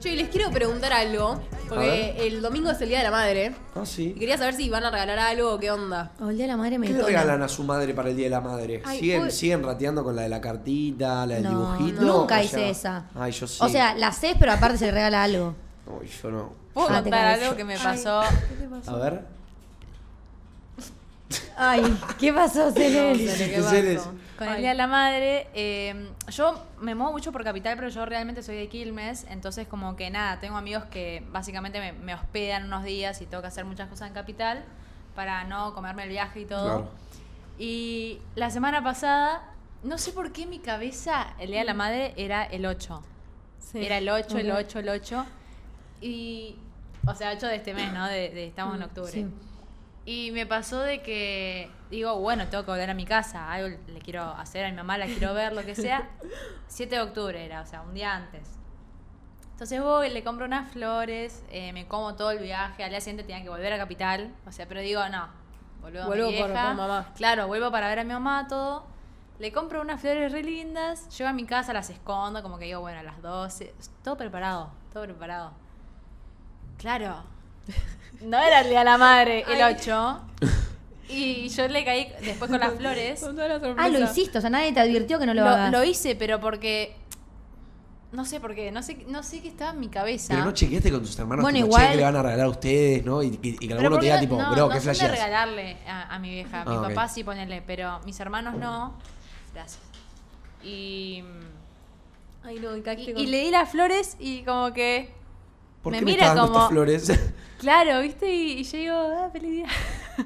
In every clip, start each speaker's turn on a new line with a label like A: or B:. A: Yo les quiero preguntar algo, porque el domingo es el Día de la Madre.
B: Ah,
A: Y
B: sí.
A: quería saber si van a regalar algo o qué onda.
C: O Oh, el día de la madre me
B: ¿Qué le
C: detona.
B: regalan a su madre para el Día de la Madre?
A: Ay,
B: ¿Siguen,
A: uy.
B: siguen rateando con la de la cartita, la del
C: No,
B: dibujito?
C: nunca
B: ¿O
C: hice
B: ya?
C: esa.
B: Ay, yo sí.
C: O sea, las haces, pero aparte se le regala algo.
B: Uy, yo no.
D: ¿Puedo
C: Ah, te
D: contar
C: caes.
D: algo que me pasó?
B: A ver.
C: Ay, ¿qué pasó, Celeste?
A: Dale, qué
B: ¿Qué
A: bajo.
B: eres?
D: Con
A: Ay.
D: el Día de la Madre, eh, yo me muevo mucho por Capital, pero yo realmente soy de Quilmes, entonces como que nada, tengo amigos que básicamente me, me hospedan unos días y tengo que hacer muchas cosas en Capital para no comerme el viaje y todo.
B: Claro.
D: Y la semana pasada, no sé por qué en mi cabeza el Día de la Madre era el 8.
A: Sí.
D: Era el 8, el
A: Ok.
D: 8, el 8. Y, o sea, 8 de este mes, ¿no? De, de- estamos en octubre.
C: sí.
D: Y me pasó de que digo, bueno, tengo que volver a mi casa, algo le quiero hacer a mi mamá, la quiero ver, lo que sea. 7 de octubre era, o sea, un día antes. Entonces voy, le compro unas flores, eh, me como todo el viaje, al día siguiente tenía que volver a Capital, o sea, pero digo, no, vuelvo,
A: Vuelvo
D: a mi
A: por-
D: vieja.
A: por mamá.
D: Claro, vuelvo para ver a mi mamá, todo. Le compro unas flores re lindas, llego a mi casa, las escondo, como que digo, bueno, a las 12, todo preparado, todo preparado. Claro. No era el día de la madre, el
A: Ay.
D: 8. Y yo le caí después con las flores.
C: Ah, lo hiciste, o sea, nadie te advirtió que no lo,
D: Lo,
C: hagas.
D: lo hice, pero porque. No sé por qué, no sé, no sé qué estaba en mi cabeza.
B: Pero no chequeaste con tus hermanos
C: Bueno,
B: tipo,
C: igual-
B: che, que le van a regalar a ustedes, ¿no? Y, y- y que
D: Pero
B: alguno te
D: porque
B: diga,
D: no-
B: tipo,
D: no,
B: bro,
D: no
B: qué
D: son de
B: flasheas.
D: regalarle a, a mi vieja. A mi
B: Ah, ok.
D: papá sí, ponele, pero mis hermanos no. Gracias. Y,
A: Ay, no,
D: y, y le di las flores y como que...
B: ¿Por
D: me
B: qué me
D: mira
B: estás dando
D: como-
B: estas flores?
D: Claro, ¿viste? Y, y yo digo, ah, feliz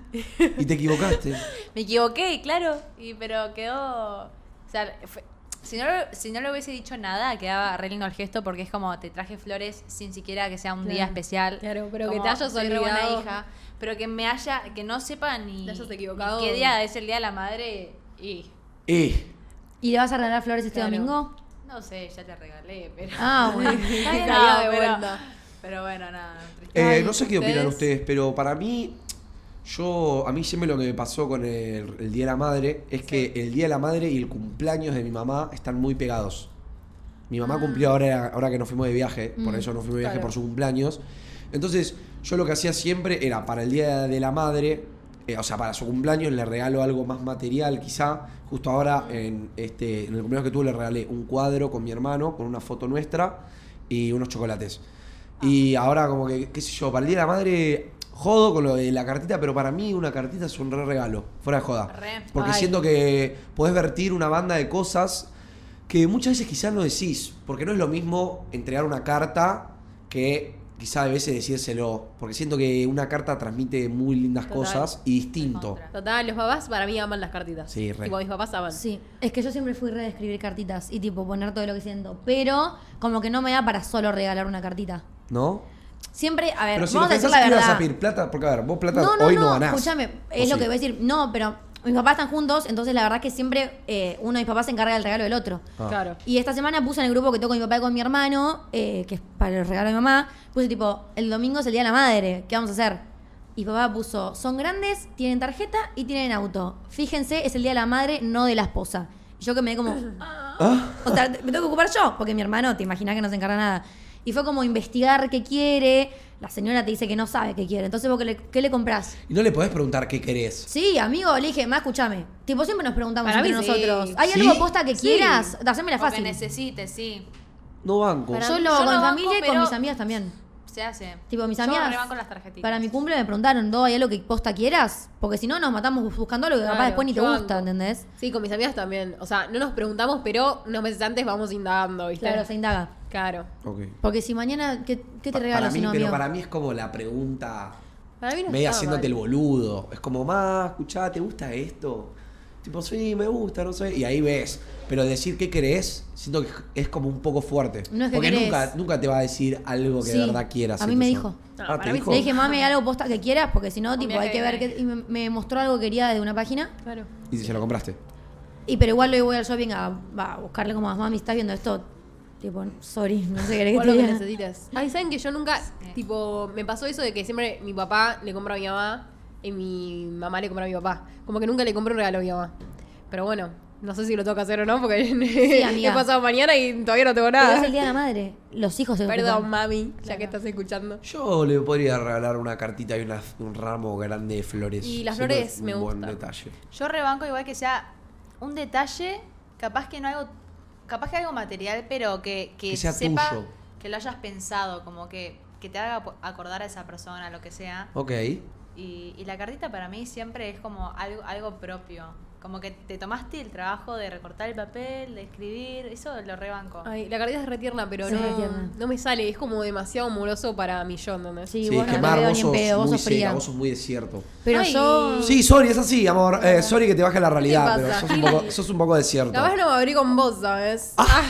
D: día.
B: y te equivocaste.
D: Me equivoqué, claro. Y, pero quedó... O sea, fue- si, no, lo- si no le hubiese dicho nada, quedaba re lindo el gesto porque es como te traje flores sin siquiera que sea un día
A: Claro,
D: especial.
A: claro, pero que
D: Como, "Ah,
A: te hayas
D: soy re buena
A: olvidado.
D: hija. Pero que me haya, que no sepa ni,
A: Te hayas equivocado.
D: ni qué día es el día de la madre y
B: Eh,
C: ¿Y le vas a regalar flores este
D: Claro.
C: domingo?
D: No sé, ya te regalé, pero.
C: Ah, bueno.
D: Está bien,
A: Caía
D: no,
A: de
D: pero-
A: vuelta.
D: Pero bueno, nada. triste.
B: eh,
A: Ay,
B: no sé qué opinan
A: ustedes-
B: ustedes, pero para mí, yo, a mí siempre lo que me pasó con el, el Día de la Madre es que el Día de la Madre y el cumpleaños de mi mamá están muy pegados. Mi
D: Ah.
B: mamá cumplió ahora, ahora que nos fuimos de viaje, por
D: Mm,
B: eso nos fuimos de viaje
A: Claro.
B: por su cumpleaños. Entonces, yo lo que hacía siempre era para el Día de la Madre, eh, o sea, para su cumpleaños le regalo algo más material, quizá. Justo ahora,
D: Mm.
B: en, este, en el cumpleaños que tuve, le regalé un cuadro con mi hermano, con una foto nuestra y unos chocolates.
D: Ah.
B: Y ahora, como que, qué sé yo, para el Día de la Madre jodo con lo de la cartita, pero para mí una cartita es un re regalo, fuera de joda.
D: Re.
B: Porque
D: Ay.
B: siento que podés vertir una banda de cosas que muchas veces quizás no decís, porque no es lo mismo entregar una carta que quizás a veces decírselo, porque siento que una carta transmite muy lindas
D: Total.
B: cosas y distinto.
D: Recontra.
A: Total, los papás para mí aman las cartitas.
B: Sí, re.
A: Tipo, mis papás aman.
C: Sí, es que yo siempre fui re de escribir cartitas y tipo poner todo lo que siento, pero como que no me da para solo regalar una cartita.
B: ¿no?
C: Siempre, a ver,
B: Pero si lo
C: Eh, vamos a
B: pensás
C: decir la
B: que ibas
C: verdad.
B: a pedir plata, porque a ver, vos plata
C: no, no,
B: hoy no,
C: no,
B: ganás.
C: escúchame,
B: ¿O
C: es lo
B: sí?
C: que voy a decir. No, pero mis papás están juntos, entonces la verdad que siempre eh, uno de mis papás se encarga del regalo del otro.
B: Ah.
A: Claro.
C: Y esta semana puse en el grupo que tengo con mi papá y con mi hermano, eh, que es para el regalo de mi mamá, puse tipo, el domingo es el día de la madre, ¿qué vamos a hacer? Y papá puso, son grandes, tienen tarjeta y tienen auto. Fíjense, es el día de la madre, no de la esposa. Y yo que me quedé como,
B: Ah,
C: o sea, te- me tengo que ocupar yo, porque mi hermano, te imaginas que no se encarga nada. Y fue como investigar qué quiere, la señora te dice que no sabe qué quiere, entonces vos qué le, qué le comprás.
B: Y no le podés preguntar qué querés.
C: Sí, amigo, le dije, más escúchame. Tipo, siempre nos preguntamos
A: Para
C: entre
A: mí sí.
C: nosotros. ¿Hay
B: ¿Sí?
C: algo posta que
A: Sí.
C: quieras? Haceme la
D: O que
C: fácil.
D: necesites, sí.
B: No banco.
A: Para-
C: Yo lo
D: Yo
C: hago con
D: lo
C: mi
D: banco,
C: familia y con
D: pero-
C: mis amigas también.
D: Se hace.
C: Tipo, mis
D: Yo
C: amigas.
D: rebanco las tarjetitas.
C: Para mi cumple me preguntaron, ¿do hay algo que posta quieras? Porque si no, nos matamos bus- buscando algo que capaz
A: Claro,
C: después ni te
A: yo banco.
C: gusta, ¿entendés?
A: Sí, con mis amigas también. O sea, no nos preguntamos, pero unos meses antes vamos indagando, ¿viste?
C: Claro, se indaga.
A: Claro.
B: Ok.
C: Porque si mañana, ¿qué, qué te
B: Pa-
C: regalo
B: para
C: si
B: mí,
C: no,
B: pero
C: amigo?
B: para mí es como la pregunta
A: Para mí no
B: medio
A: está
B: haciéndote el
A: mal.
B: boludo. Es como, más, escuchá, ¿te gusta esto? Tipo, sí, me gusta, no sé. Y ahí ves. Pero decir qué querés, siento que es como un poco fuerte.
C: No es que
B: Porque
C: querés.
B: nunca, nunca te va a decir algo que
C: Sí.
B: de verdad quieras.
C: A mí
B: siento
C: me
B: yo.
C: dijo.
A: No,
B: Ah,
A: para
B: ¿te
A: mí
B: dijo?
C: Le dije, mami, ¿hay algo posta que quieras? Porque si no, tipo,
D: viaje
C: hay que
D: de
C: ver. qué-
D: viaje.
C: y me, me mostró algo que quería de una página.
A: Claro.
B: Y se lo compraste.
C: Y pero igual lo voy al shopping a, a buscarle como a mami, ¿estás viendo esto? Tipo, sorry, no sé qué querés
A: O
C: que
A: lo
C: te
A: que
C: diga.
A: necesitas. Ay, ¿saben que yo nunca, tipo, me pasó eso de que siempre mi papá le compra a mi mamá y mi mamá le compra a mi papá? Como que nunca le compro un regalo a mi mamá. Pero bueno, No sé si lo tengo que hacer o no, porque
C: amiga.
A: he pasado mañana y todavía no tengo
C: Pero es
A: nada.
C: el día de la madre. Los hijos se
A: Perdón,
C: preocupan.
A: mami, ya que estás escuchando.
B: Yo le podría regalar una cartita y una- un ramo grande de flores.
A: Y las
B: Siempre
A: flores
B: es un
A: me
B: buen
A: gustan.
B: detalle.
D: Yo rebanco igual que sea un detalle, capaz que no algo, capaz que algo material, pero que, que,
B: Que sea
D: sepa
B: tuyo.
D: que lo hayas pensado, como que, que te haga po- acordar a esa persona, lo que sea.
B: Ok.
D: Y, y la cartita para mí siempre es como algo, algo propio. Como que te tomaste el trabajo de recortar el papel, de escribir, eso lo rebanco.
A: Ay, la carita es retierna, pero
C: Sí,
A: no,
C: retierna.
A: no me sale. Es como demasiado amoroso para mi yo, ¿entendés?
C: Sí,
B: Sí,
C: vos
B: es que
C: no
B: Mar,
C: te veo
B: vos
C: ni en
B: sos
C: pedo, vos
B: muy
C: sos fría.
B: seca, vos sos muy desierto.
C: Pero
A: Ay.
C: yo...
B: Sí, sorry, es así, amor. Eh, sorry que te baje la realidad,
A: ¿Qué le
B: pero
A: pasa?
B: sos un poco, sos un poco desierto.
A: Capaz no me abrí con vos, ¿sabes?
C: Ah.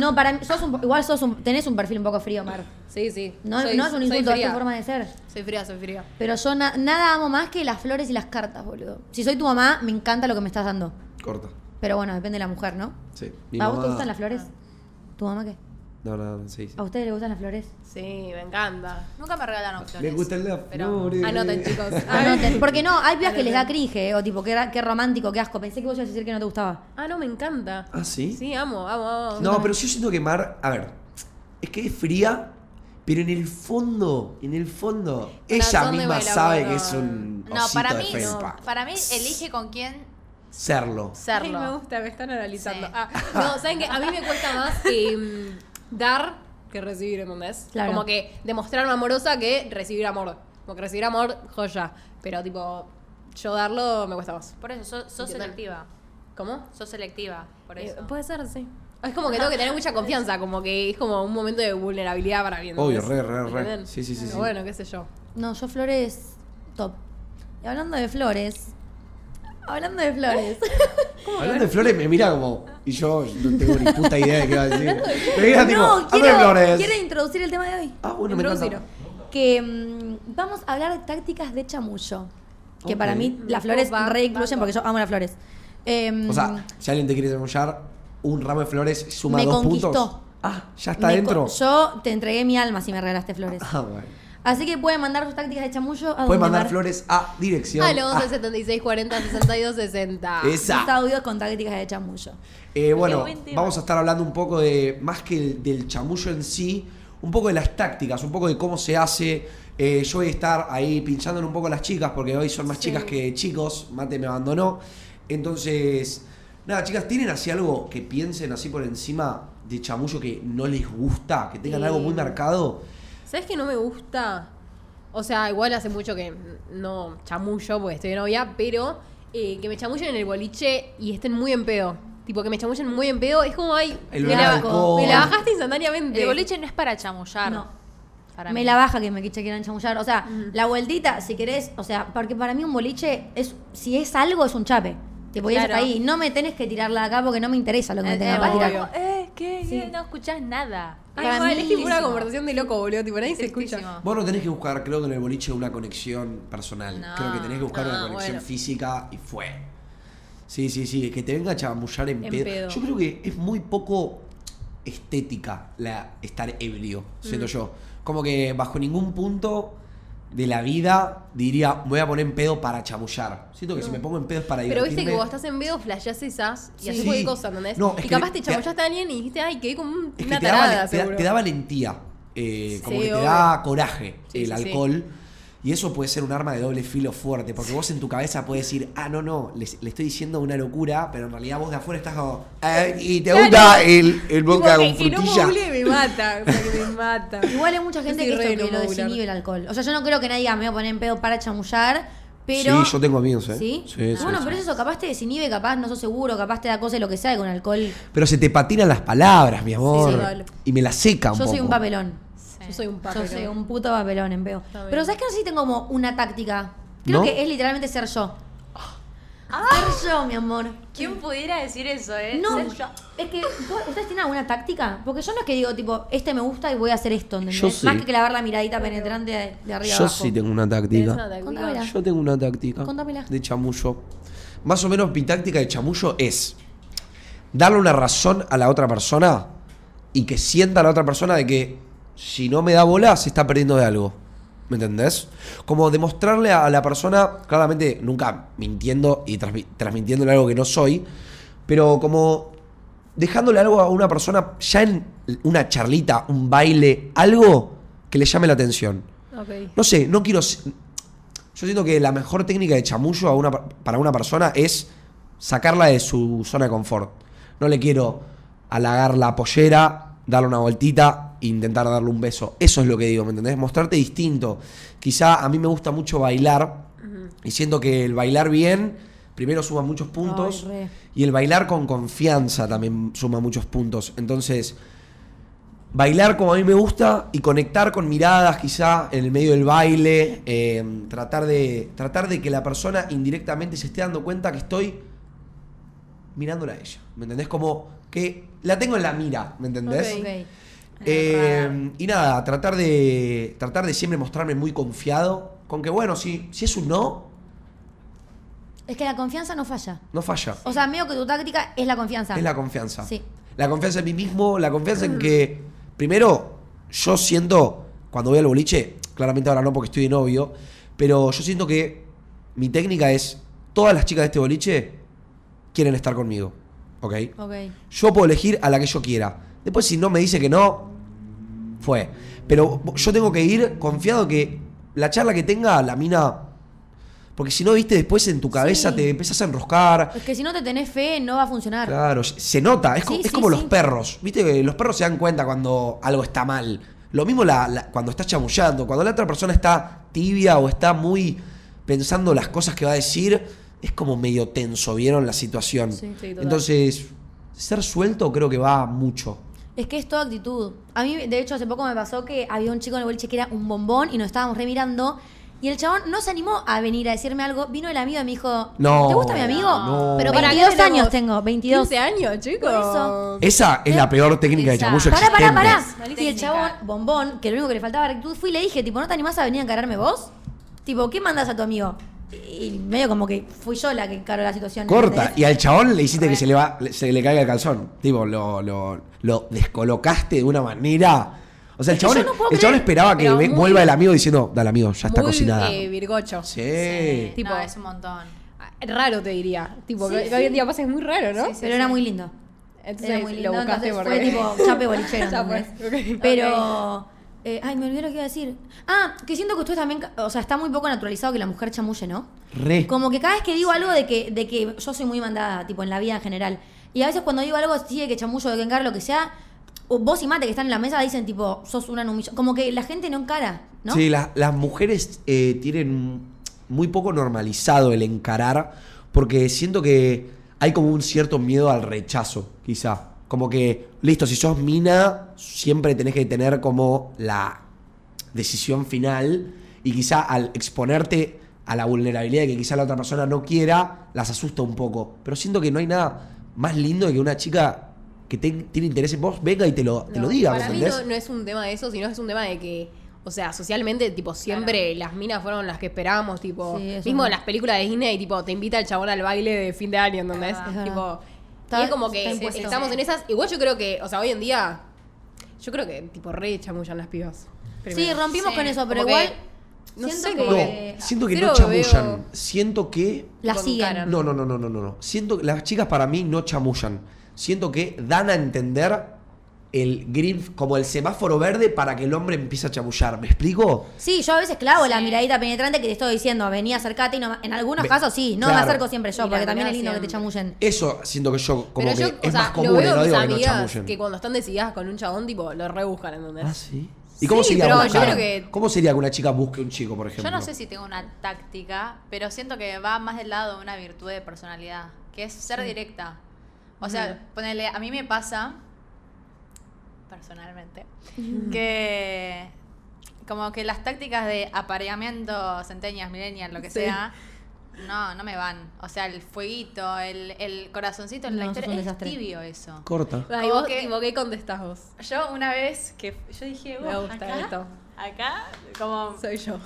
C: No, para mí, sos un- igual sos un- tenés un perfil un poco frío, Mar.
A: Sí, sí.
C: No,
A: Soy-
C: no es un
A: soy
C: insulto, es
A: fría.
C: tu forma de ser.
A: Soy fría, soy fría.
C: Pero yo na- nada amo más que las flores y las cartas, boludo. Si soy tu mamá, me encanta lo que me estás dando.
B: Corta.
C: Pero bueno, depende de la mujer, ¿no?
B: Sí.
C: ¿A vos te gustan las flores? ¿Tu mamá qué?
B: No, no, no, sí. sí.
C: ¿A ustedes les gustan las flores?
A: Sí, me encanta.
D: Nunca me regalaron
B: Me
D: flores.
B: gustan las
D: pero
B: flores.
A: Anoten, chicos.
C: Anoten, Porque no, hay pibas que
A: Anoten.
C: les da cringe, eh, o tipo, qué, ra- qué romántico, qué asco. Pensé que vos ibas a decir que no te gustaba.
A: Ah, no, me encanta.
B: ¿Ah, sí?
A: Sí, amo, amo, amo.
B: No, pero yo siento que Mar, a ver, es que es fría, pero en el fondo, en el fondo, ella
A: Corazón de
B: misma
A: Bela,
B: sabe
A: boludo.
B: que es un
D: No,
B: osito
D: para
B: de
D: mí,
B: felpa.
D: no. para mí elige con quién
B: Serlo.
A: Ay, me
D: serlo.
A: gusta, me están analizando.
D: Sí.
A: Ah, no, ¿saben qué? A mí me cuesta más em, dar que recibir, ¿entendés?
C: Claro.
A: Como que demostrarme amorosa que recibir amor. Como que recibir amor, joya. Pero, tipo, yo darlo me cuesta más.
D: Por eso, sos, sos
A: Entiendo.
D: selectiva.
A: ¿Cómo?
D: Sos selectiva, por
A: Eh,
D: eso.
A: puede ser, sí. Es como que tengo que tener mucha confianza, como que es como un momento de vulnerabilidad para mí. ¿entendés?
B: Obvio, re, re, re.
A: ¿Entienden?
B: Sí, sí, sí,
A: Pero
B: sí.
A: Bueno, qué sé yo.
C: No, yo flores top. Y hablando de flores. Hablando de flores.
B: Hablando de flores, me mira como. Y yo no tengo ni puta idea de qué va a decir. Me mira tipo,
C: no,
B: "Hablando de
C: quiero,
B: flores.
C: quiero introducir el tema de hoy.
B: Ah, bueno, me encanta.
A: Introducilo.
C: Que mm, vamos a hablar de tácticas de chamullo. Que
B: Ok.
C: para mí las flores
A: Va,
C: re incluyen
A: va,
C: porque yo amo las flores. Em,
B: O sea, si alguien te quiere desarrollar, un ramo de flores suma
C: Me
B: dos
C: conquistó.
B: puntos. Ah, ya está
C: me
B: adentro.
C: co- Yo te entregué mi alma si me regalaste flores.
B: Ah, bueno.
C: Así que pueden mandar sus tácticas de chamullo a
B: Puedes
C: donde
B: mandar
C: Mar-
B: flores a dirección.
A: Al 11
B: ah,
A: 76 40 62 60.
B: Esa.
C: Sus audios con tácticas de chamullo.
B: Eh, bueno,
D: buen tema.
B: vamos a estar hablando un poco de, más que el- del chamullo en sí, un poco de las tácticas, un poco de cómo se hace. Eh, yo voy a estar ahí pinchándole un poco a las chicas, porque hoy son más chicas que chicos. Mate me abandonó. Entonces, nada, chicas, ¿tienen así algo que piensen así por encima de chamullo que no les gusta? Que tengan
A: Sí.
B: algo muy marcado.
A: ¿Sabes que no me gusta? O sea, igual hace mucho que no chamullo porque estoy de novia, pero eh, que me chamullen en el boliche y estén muy en pedo. Tipo, que me chamullen muy en pedo, es como, ay,
B: El
A: me,
B: olor
A: la,
B: al alcohol.
A: me la bajaste instantáneamente.
D: El boliche no es para chamullar.
C: No.
D: Para
C: me
D: mí. Ah,
C: la baja que me quiche- quieran chamullar. O sea, la vueltita, si querés, o sea, porque para mí un boliche es, si es algo, es un chape. Tipo, y eso
D: Claro.
C: está ahí. No me tenés que tirarla acá porque no me interesa lo que me
D: Eh,
C: tengas
D: eh,
C: para
A: obvio.
C: tirar.
D: Eh, ¿qué?
C: Sí.
D: ¿Qué? No escuchás nada.
A: Ay,
C: para
A: igual,
C: mí
A: es tipo una
C: es-
A: conversación de loco, boludo. Tipo, nadie se escucha.
D: Tristísimo.
B: Vos no tenés que buscar, creo que en el boliche, una conexión personal.
D: No,
B: creo que tenés que buscar
A: no,
B: una conexión
A: bueno.
B: física y fue. Sí, sí, sí, que te venga a chamullar en,
A: En
B: pedo.
A: pedo.
B: Yo creo que es muy poco estética la estar ebrio,
A: Mm.
B: siento yo. Como que bajo ningún punto de la vida diría, me voy a poner en pedo para chamullar. Siento que si me pongo en pedo es para
A: Pero
B: divertirme.
A: viste que cuando estás en pedo, flasheás esas y
B: Sí.
A: haces cualquier
B: Sí.
A: cosa, ¿entendés?
B: No, es
A: y
B: que
A: capaz te
B: te-
A: chamullaste a alguien y dijiste, ay, quedé como un-
B: Es que
A: una
B: te da, vale-
A: tarada,
B: te da-
A: seguro.
B: te da valentía, eh, como
A: Sí,
B: que te
A: obvio.
B: da coraje
A: Sí, sí,
B: el
A: sí.
B: alcohol. Y eso puede ser un arma de doble filo fuerte, porque vos en tu cabeza puedes decir, ah, no, no, le, le estoy diciendo una locura, pero en realidad vos de afuera estás como, "Eh, y te
A: Claro.
B: gusta el, el
A: Tipo, que,
B: vodka con
A: que no
B: frutilla.
A: mogule me mata, o sea, que me mata.
C: Igual hay mucha
A: Yo
C: gente
A: soy
C: que,
A: re
C: esto, que lo
A: nomogular.
C: desinhibe el alcohol. O sea, yo no creo que nadie diga, me voy a poner en pedo para chamullar, pero...
B: Sí, yo tengo amigos, ¿eh?
C: ¿Sí?
B: Sí, sí,
C: bueno,
B: sí.
C: pero es eso, capaz te desinhibe, capaz no sos seguro, capaz te da cosa y lo que sea y con alcohol.
B: Pero se te patinan las palabras, mi amor.
A: Sí, vale.
B: y me las seca un
C: Yo soy un
B: poco.
C: papelón.
A: Yo soy un papelón.
C: Yo soy un puto papelón en peo.
A: Está bien.
C: Pero sabes que no sé si tengo como una táctica. Creo
B: ¿No?
C: que es literalmente ser yo. Ser yo, mi amor.
D: ¿Quién pudiera decir eso, eh?
C: No,
D: Ser yo.
C: es que ¿vos- ustedes tienen alguna táctica, porque yo no es que digo tipo, este me gusta y voy a hacer esto, ¿entendés?
B: Yo sí.
C: Más que clavar la miradita penetrante de, de arriba abajo.
B: una
A: Tenés una táctica.
C: Contámela.
B: Yo tengo una táctica
C: Contámela.
B: de chamullo. Más o menos mi táctica de chamullo es darle una razón a la otra persona y que sienta la otra persona de que si no me da bola se está perdiendo de algo. ¿Me entendés? Como demostrarle a la persona, claramente nunca mintiendo y transmi- transmitiéndole algo que no soy, pero como dejándole algo a una persona, ya en una charlita, un baile, algo que le llame la atención.
A: Ok.
B: No sé, no quiero. s- Yo siento que la mejor técnica de chamullo a una per- para una persona es sacarla de su zona de confort. No le quiero halagar la pollera, darle una vueltita e intentar darle un beso. Eso es lo que digo, ¿me entendés? Mostrarte distinto. Quizá a mí me gusta mucho bailar y siento que el bailar bien primero suma muchos puntos
C: Ay, re.
B: y el bailar con confianza también suma muchos puntos. Entonces, bailar como a mí me gusta y conectar con miradas quizá en el medio del baile, eh, tratar, de, tratar de que la persona indirectamente se esté dando cuenta que estoy mirándola a ella, ¿me entendés? Como que la tengo en la mira, ¿me entendés?
A: Ok.
C: Ok.
B: Eh, y nada, tratar de, tratar de siempre mostrarme muy confiado, con que bueno, si, si es un no,
C: Es que la confianza no falla.
B: no falla.
C: O sea, medio que tu táctica es la confianza.
B: Es la confianza.
C: Sí.
B: La confianza en mí mismo, la confianza en que, primero, yo siento, cuando voy al boliche, claramente ahora no porque estoy de novio, pero yo siento que mi técnica es, todas las chicas de este boliche quieren estar conmigo, ¿ok?
C: Ok.
B: Yo puedo elegir a la que yo quiera. Después si no me dice que no, fue. Pero yo tengo que ir confiado que la charla que tenga, la mina... Porque si no, viste, después en tu cabeza
C: Sí.
B: te empezás a enroscar,
C: Es que si no te tenés fe, no va a funcionar.
B: Claro, se nota, es, co-
C: Sí,
B: es
C: sí,
B: como los
C: sí.
B: perros, ¿viste? que Los perros se dan cuenta cuando algo está mal. Lo mismo la- la- cuando estás chamullando, cuando la otra persona está tibia o está muy pensando las cosas que va a decir, es como medio tenso, ¿vieron la situación?
C: Sí,
A: sí, total.
B: Entonces, ser suelto creo que va mucho.
C: Es que es toda actitud. A mí, de hecho, hace poco me pasó que había un chico en el boliche que era un bombón y nos estábamos remirando. Y el chabón no se animó a venir a decirme algo. Vino el amigo y me dijo,
B: No,
C: ¿te gusta mi amigo?
B: no.
C: Pero
A: Pará, ¿qué
C: 22
A: tenemos?
C: años tengo, 22.
A: 15 años, chicos.
C: Por eso.
B: Esa es la peor técnica de
D: Esa.
B: chamullo
C: Em, Pará,
B: existente.
C: pará, pará.
D: Malísima.
C: Y el chabón, bombón, que lo único que le faltaba era actitud, fui y le dije, tipo, ¿no te animás a venir a encararme vos? Tipo, ¿qué mandas a tu amigo? Y medio como que fui yo la que encaró la situación.
B: Corta.
C: ¿entendés?
B: Y al chabón le hiciste que se le, va, le- se le caiga el calzón. Tipo, lo, lo, lo descolocaste de una manera. O sea, el
C: Es que
B: chabón,
C: yo no puedo
B: el chabón
C: creer,
B: esperaba que
A: pero
B: ve-
A: muy-
B: vuelva el amigo diciendo, dale amigo, ya está
A: Muy,
B: cocinada.
A: eh, virgocho.
B: sí.
A: tipo-
D: Eh, no, es un montón.
A: Raro te diría. Tipo,
C: Sí,
A: que, que
C: sí.
A: hoy en día pasa es muy raro, ¿no?
D: Sí,
C: Pero
D: sí.
C: era muy lindo.
A: Entonces
C: Era muy lindo,
A: lo buscaste
C: entonces
A: porque-
C: fue tipo chape bolichero.
A: Ya fue,
C: ¿entendés?
A: ok.
C: Pero. eh, ay, me olvidé lo que iba a decir. Ah, que siento que ustedes también. ca- O sea, está muy poco naturalizado que la mujer chamulle, ¿no?
B: Re.
C: Como que cada vez que digo algo de que, de que yo soy muy mandada, tipo en la vida en general. Y a veces cuando digo algo así de que chamullo, de que encar, lo que sea, o vos y Mate que están en la mesa dicen tipo, sos una humillante. Como que la gente no encara, ¿no?
B: Sí, la- las mujeres eh, tienen muy poco normalizado el encarar, porque siento que hay como un cierto miedo al rechazo, quizá. Como que, listo, si sos mina, siempre tenés que tener como la decisión final y quizá al exponerte a la vulnerabilidad que quizá la otra persona no quiera, las asusta un poco. Pero siento que no hay nada más lindo de que una chica que te- tiene interés en vos venga y te lo, te
A: No,
B: lo diga, ¿me
A: Para mí
B: entendés?
A: no, no es un tema de eso, sino es un tema de que, o sea, socialmente, tipo, siempre las minas fueron las que esperábamos, tipo,
C: Sí, eso
A: mismo
C: no.
A: en las películas de Disney, tipo, te invita el chabón al baile de fin de año, ¿entendés?
D: verdad.
C: Es verdad.
A: tipo,
C: Está-
A: y es como que
C: está impuesto.
A: estamos en esas. Igual yo creo que, o sea, hoy en día, yo creo que, tipo, re chamullan las pibas.
C: Sí,
A: Primero.
C: rompimos
D: Sí,
C: con eso, pero
A: como
C: igual.
A: que- no
C: siento
A: sé,
C: que.
A: como
B: No, siento que
A: Eh, Cero
B: no chamullan.
A: veo-
B: Siento que.
C: la
A: con
C: siguen.
A: cara,
B: No, no, no, no, no, no, no. Siento que las chicas para mí no chamullan. Siento que dan a entender el green como el semáforo verde para que el hombre empiece a chamullar. ¿Me explico?
C: Sí, yo a veces clavo la
D: Sí.
C: miradita penetrante que te estoy diciendo, vení, acercate. Y no, en algunos
B: Ve-
C: casos sí, no
B: claro.
C: me acerco siempre yo,
D: Y la
C: porque también
D: mirá
C: es lindo que te
D: siempre.
C: chamullen.
B: Eso siento que yo, como
A: Pero
B: que
A: yo,
B: es
A: o sea,
B: más
A: lo
B: común,
A: veo
B: eh,
A: en
B: no
A: mis
B: digo que no
A: amigas
B: chamullen.
A: que cuando están decididas con un chabón, tipo, lo rebuscan, ¿entendés?
B: Ah, sí. ¿Y cómo
A: Sí,
B: sería
A: pero yo
B: buscar?
A: creo que-
B: ¿Cómo sería que una chica busque un chico, por ejemplo?
D: Yo no sé si tengo una táctica, pero siento que va más del lado de una virtud de personalidad, que es ser directa. O sea, ponele, a mí me pasa, personalmente, que como que las tácticas de apareamiento, centenias, millennials, lo que
A: Sí.
D: sea, no, no me van. O sea, el fueguito, el, el corazoncito en la
C: No, sos
D: historia,
C: un
D: es
C: desastre.
D: tibio eso.
B: Corta.
A: Ay,
D: Como
A: vos,
D: que-
A: tipo, ¿qué contestás vos?
D: Yo una vez que yo dije,
A: Me
D: "Oh,
A: gusta
D: acá,
A: esto.
D: acá, como
A: Soy yo.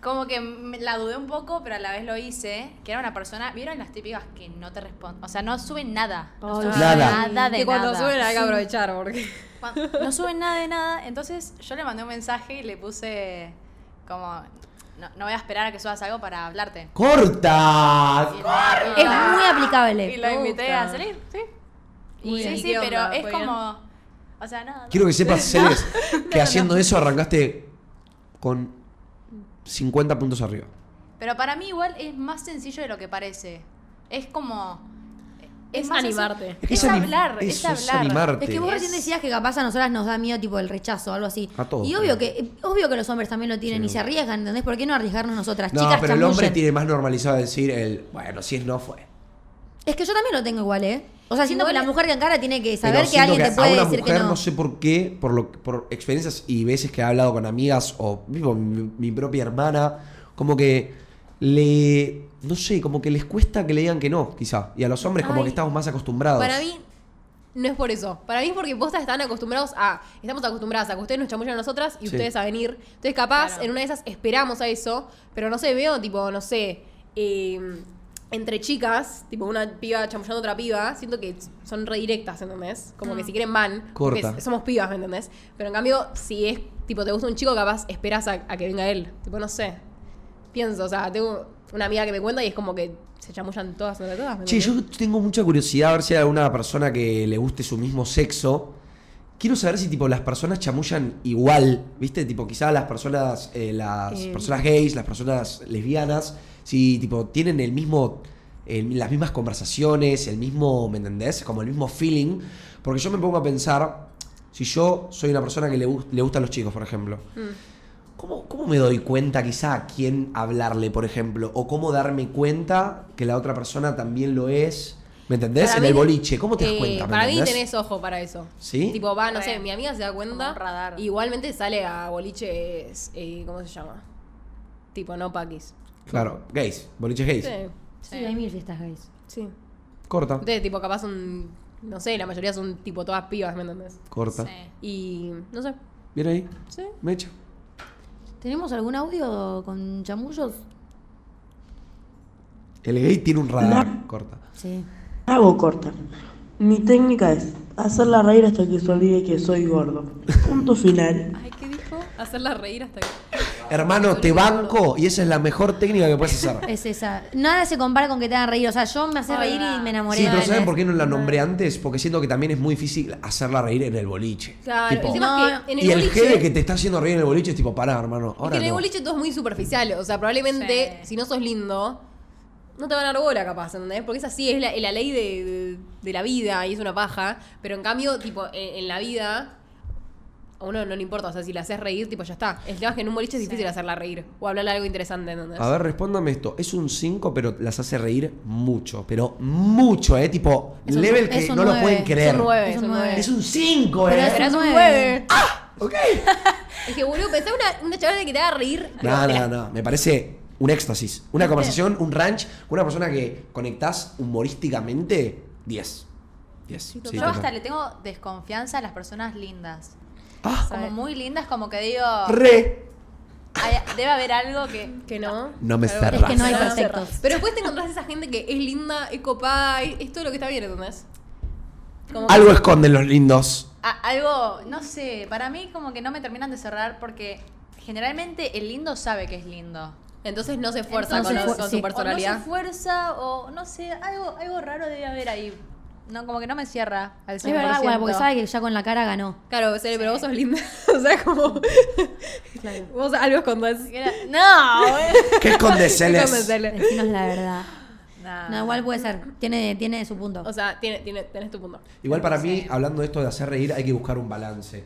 D: Como que me- la dudé un poco, pero a la vez lo hice. Que era una persona. ¿Vieron las típicas que no te responden? O sea, no suben nada. No
C: Ay,
D: suben
B: Nada.
D: Oh, nada de
A: que cuando
D: nada.
A: suben hay que aprovechar, porque...
D: Cuan- No suben nada de nada. Entonces yo le mandé un mensaje y le puse como. no, no voy a esperar a que subas algo para hablarte.
B: ¡Corta!
D: Y la- y
C: Es
D: la-
C: muy aplicable.
D: Y la
C: Me
D: invité a
C: gusta.
D: salir, sí.
A: Y-
D: sí,
A: ¿y
D: sí,
A: qué
D: pero
A: onda?
D: es
A: ¿Fue
D: como. O sea, no. no.
B: Quiero que sepas, Ceres, que haciendo eso arrancaste con 50 puntos arriba.
D: Pero para mí, igual es más sencillo de lo que parece. Es como. Es,
A: Es
D: más sencillo.
A: animarte.
D: Es,
B: que anim-
D: hablar, es,
B: eso,
D: hablar.
B: animarte.
C: Es que vos
D: Es-
C: recién decías que capaz a nosotras nos da miedo tipo el rechazo o algo así.
B: A todos,
C: y obvio
B: creo.
C: que, obvio que los hombres también lo tienen
B: Sí.
C: y se arriesgan, ¿entendés? ¿Por qué no arriesgarnos nosotras?
B: No,
C: Chicas,
B: pero el hombre
C: chamullen.
B: tiene más normalizado decir el, bueno, si es no fue.
C: Es que yo también lo tengo igual, ¿eh? O sea, siento
A: Igual-
C: que la mujer que encara tiene que
B: Pero
C: saber que
B: siento
C: alguien te
B: a
C: puede
B: una
C: decir
B: mujer,
C: que no.
B: No sé por qué, por, lo, por experiencias y veces que he hablado con amigas o vivo, mi, mi propia hermana, como que le. No sé, como que les cuesta que le digan que no, quizá. Y a los hombres, como
A: Ay.
B: que estamos más acostumbrados.
A: Para mí, no es por eso. Para mí es porque postas están acostumbrados a. Estamos acostumbradas a que ustedes nos chamullan a nosotras y
B: Sí.
A: ustedes a venir. Entonces, capaz,
D: Claro.
A: en una de esas esperamos a eso, pero no sé, veo, tipo, no sé. eh, entre chicas, tipo una piba chamullando a otra piba, siento que son re directas, ¿entendés? Como que si quieren van, porque
B: Corta.
A: somos pibas, ¿me entendés? Pero en cambio, si es tipo te gusta un chico, capaz esperas a, a que venga él. Tipo, no sé. Pienso, o sea, tengo una amiga que me cuenta y es como que se chamullan todas entre todas. ¿me
B: Che,
A: entendés?
B: yo tengo mucha curiosidad a ver si hay alguna persona que le guste su mismo sexo. Quiero saber si tipo las personas chamullan igual, ¿viste? Tipo, quizá las personas, eh, las
A: Eh.
B: personas gays, las personas lesbianas, si tipo tienen el mismo, el- las mismas conversaciones, el mismo, ¿me entendés? Como el mismo feeling. Porque yo me pongo a pensar, si yo soy una persona que le, gust- le gustan los chicos, por ejemplo. ¿Cómo, cómo me doy cuenta quizá a quién hablarle, por ejemplo? ¿O cómo darme cuenta que la otra persona también lo es? ¿Me entendés?
A: Para
B: en
A: mí-
B: el boliche. ¿Cómo te das
A: Eh,
B: cuenta? ¿Me
A: para mí
B: entendés?
A: tenés ojo para eso.
B: ¿Sí?
A: Tipo, va, no
D: Re.
A: sé, mi amiga se da
D: Como
A: cuenta.
D: un radar.
A: Igualmente sale a boliches. eh, ¿Cómo se llama? Tipo, no paquis.
B: Claro, gays, boliches gays.
A: Sí,
C: Sí, hay mil fiestas gays.
A: sí.
B: Corta,
A: Entonces, tipo, capaz son. No sé, la mayoría son tipo todas pibas, ¿me entendés?
B: corta.
D: Sí.
A: Y. No sé.
B: Viene ahí,
A: Sí.
B: mecha.
C: ¿Tenemos algún audio con chamullos?
B: El gay tiene un radar. Corta.
C: Sí.
E: Hago corta. Mi técnica es hacerla reír hasta que se olvide que soy gordo. Punto final.
A: Ay, ¿qué dijo? Hacerla reír hasta que.
B: Hermano, te banco y esa es la mejor técnica que puedes hacer.
C: Es esa. Nada se compara con que te hagan reír. O sea, yo me hace
D: Ay,
C: reír y
D: va.
C: me enamoré.
B: Sí, pero
C: de
B: ¿saben
A: ¿eh?
C: él.
B: por qué no la nombré antes? Porque siento que también es muy difícil hacerla reír en el boliche.
A: Claro,
B: Tipo,
A: el tema es
C: No,
A: que en el
B: y el
A: boliche.
B: jefe que te está haciendo reír en el boliche es tipo, pará, hermano.
A: es
B: Ahora
A: que en el
B: no.
A: boliche todo es muy superficial. O sea, probablemente,
D: Sí.
A: si no sos lindo, no te van a dar bola, capaz, ¿entendés? Porque es así, es la, es la ley de, de- de la vida y es una paja. Pero en cambio, tipo, en, en la vida, a uno no le importa. O sea, si la haces reír, tipo, ya está. El tema es que en un boliche es difícil hacerla reír o hablarle algo interesante, ¿entendés?
B: A ver, respóndame esto. Es un 5, pero las hace reír mucho. Pero mucho, ¿eh? Tipo,
C: Es un-
B: level
C: es
B: que
C: un
B: no lo
C: nueve,
B: pueden
C: es un
B: creer.
A: Son nueve,
C: Es un
A: son
C: nueve.
A: nueve.
B: Es un 5,
C: Pero
B: ¿eh?
A: Pero es un
C: nueve.
A: nueve.
B: Ok.
A: Es que, boludo, pensá una, una chavala que te haga reír.
B: No, no, no. Me parece un éxtasis. Una conversación, un ranch, con una persona que conectás humorísticamente, 10. 10. Sí,
D: Yo
B: total.
D: hasta le tengo desconfianza a las personas lindas.
B: Ah,
D: Como muy lindas, como que digo.
B: re.
D: "Ay, debe haber algo que.
A: Que no.
B: No me
A: Claro,
B: cerras.
C: Es que no hay
A: No, no,
C: perfectos.
A: Pero después te encontrás esa gente que es linda, es copada, es, es todo lo que está bien, ¿entendés? Como que-
B: Algo esconden los lindos.
D: a- algo, no sé, para mí como que no me terminan de cerrar porque generalmente el lindo sabe que es lindo.
A: Entonces no se esfuerza
C: Entonces,
A: con, lo-
C: fu-
A: con
C: sí.
A: su personalidad.
D: O no se fuerza o no sé, algo, algo raro debe haber ahí. No, como que no me cierra al 100%.
C: Es verdad, bueno, porque sabe que ya con la cara ganó.
A: claro, Cele, pero vos sos linda. o sea, como. Vos algo escondés.
D: Era- No, bueno.
B: ¿Qué escondes,
A: Escondés,
B: Celes?
A: Cele.
C: Decinos la verdad.
D: Nah.
C: No, igual puede ser. Tiene, tiene su punto.
A: O sea, tiene, tiene, tenés tu punto.
B: Igual para mí, hablando de esto de hacer reír, hay que buscar un balance.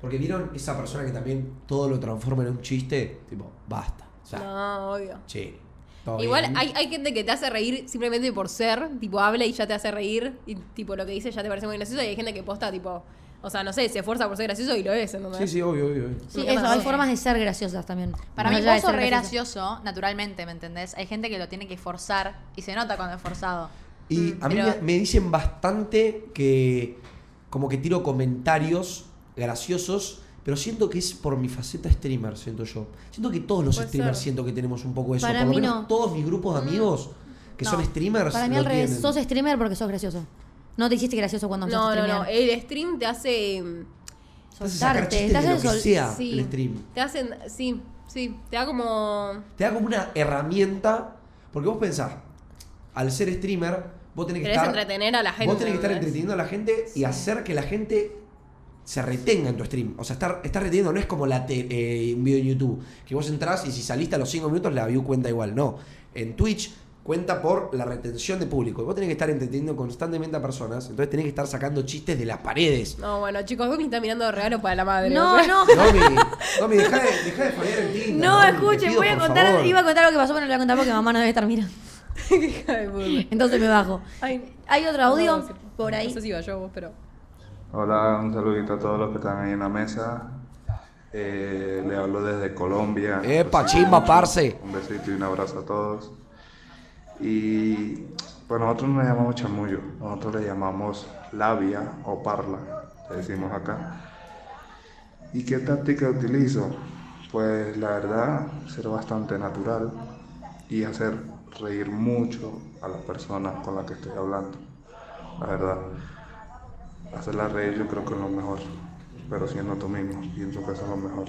B: Porque vieron esa persona que también todo lo transforma en un chiste, tipo, basta. O sea,
A: No, obvio.
B: che, todo
A: Igual
B: bien.
A: hay, hay gente que te hace reír simplemente por ser, tipo habla y ya te hace reír, y tipo lo que dice ya te parece muy gracioso, y hay gente que posta, tipo, o sea, no sé, se esfuerza por ser gracioso y lo es, ¿entendés?
B: Sí, sí, obvio, obvio. obvio.
C: Sí,
A: Sí,
C: eso,
A: pasa.
C: hay formas de ser graciosas también.
D: Para
C: Más
D: mí
C: allá de
D: vos sos
C: ser
D: re
C: graciosa.
D: gracioso, naturalmente, ¿me entendés? Hay gente que lo tiene que forzar y se nota cuando es forzado.
C: Mm,
B: Y a mí
D: pero-
B: me, me dicen bastante que como que tiro comentarios graciosos, pero siento que es por mi faceta streamer, siento yo. Siento que todos los
A: Puede
B: streamers
A: ser.
B: siento que tenemos un poco eso.
C: Para
B: por lo
C: mí
B: menos
C: no. Mm.
B: todos mis grupos de amigos que
D: No.
B: son streamers
C: Para mí
B: lo
C: al revés,
B: tienen.
C: sos streamer porque sos gracioso. No te hiciste gracioso cuando empezaste
A: No,
C: a
A: no, no.
C: streamear.
A: El stream te hace. mm,
B: Te hace sacar
C: Soltarte,
B: chistes
C: te
B: de
C: hace
B: lo que
C: sol-
B: sea
A: Sí.
B: el stream.
A: Te hacen. Sí, sí. Te da como.
B: Te da como una herramienta. Porque vos pensás, al ser streamer, vos tenés que
A: Querés
B: estar.
A: entretener a la gente.
B: Vos tenés que estar
A: ¿entendés?
B: entreteniendo a la gente y hacer que la gente se retenga en tu stream. O sea, estar, estar reteniendo no es como la te- eh, un video en YouTube, que vos entrás y si saliste a los 5 minutos la view cuenta igual. No, en Twitch cuenta por la retención de público. Vos tenés que estar entreteniendo constantemente a personas, entonces tenés que estar sacando chistes de las paredes.
A: No, bueno, chicos, Domi está mirando de regalo para la madre. o
C: No,
A: sea.
C: no.
B: Domi, Domi, dejá de, dejá de fallar en Tinder,
C: No,
B: Domi, te
C: escuchen,
B: pido,
C: voy a
B: por
C: contar,
B: favor.
C: iba a contar lo que pasó, pero no lo voy a contar porque mamá no debe estar mirando.
A: Qué hija de puta.
C: Entonces me bajo.
A: Ay,
C: Hay otro
A: no,
C: audio
A: no sé.
C: por ahí.
A: No sé si iba yo vos, pero.
F: Hola, un saludito a todos los que están ahí en la mesa. Eh, le hablo desde Colombia.
B: Epa, chimba, parce.
F: Un besito y un abrazo a todos. Y pues nosotros no le llamamos chamullo, nosotros le llamamos labia o parla, le decimos acá. ¿Y qué táctica utilizo? Pues la verdad, ser bastante natural y hacer reír mucho a las personas con las que estoy hablando. La verdad, hacerla reír yo creo que es lo mejor, pero siendo tú mismo, pienso que eso es lo mejor.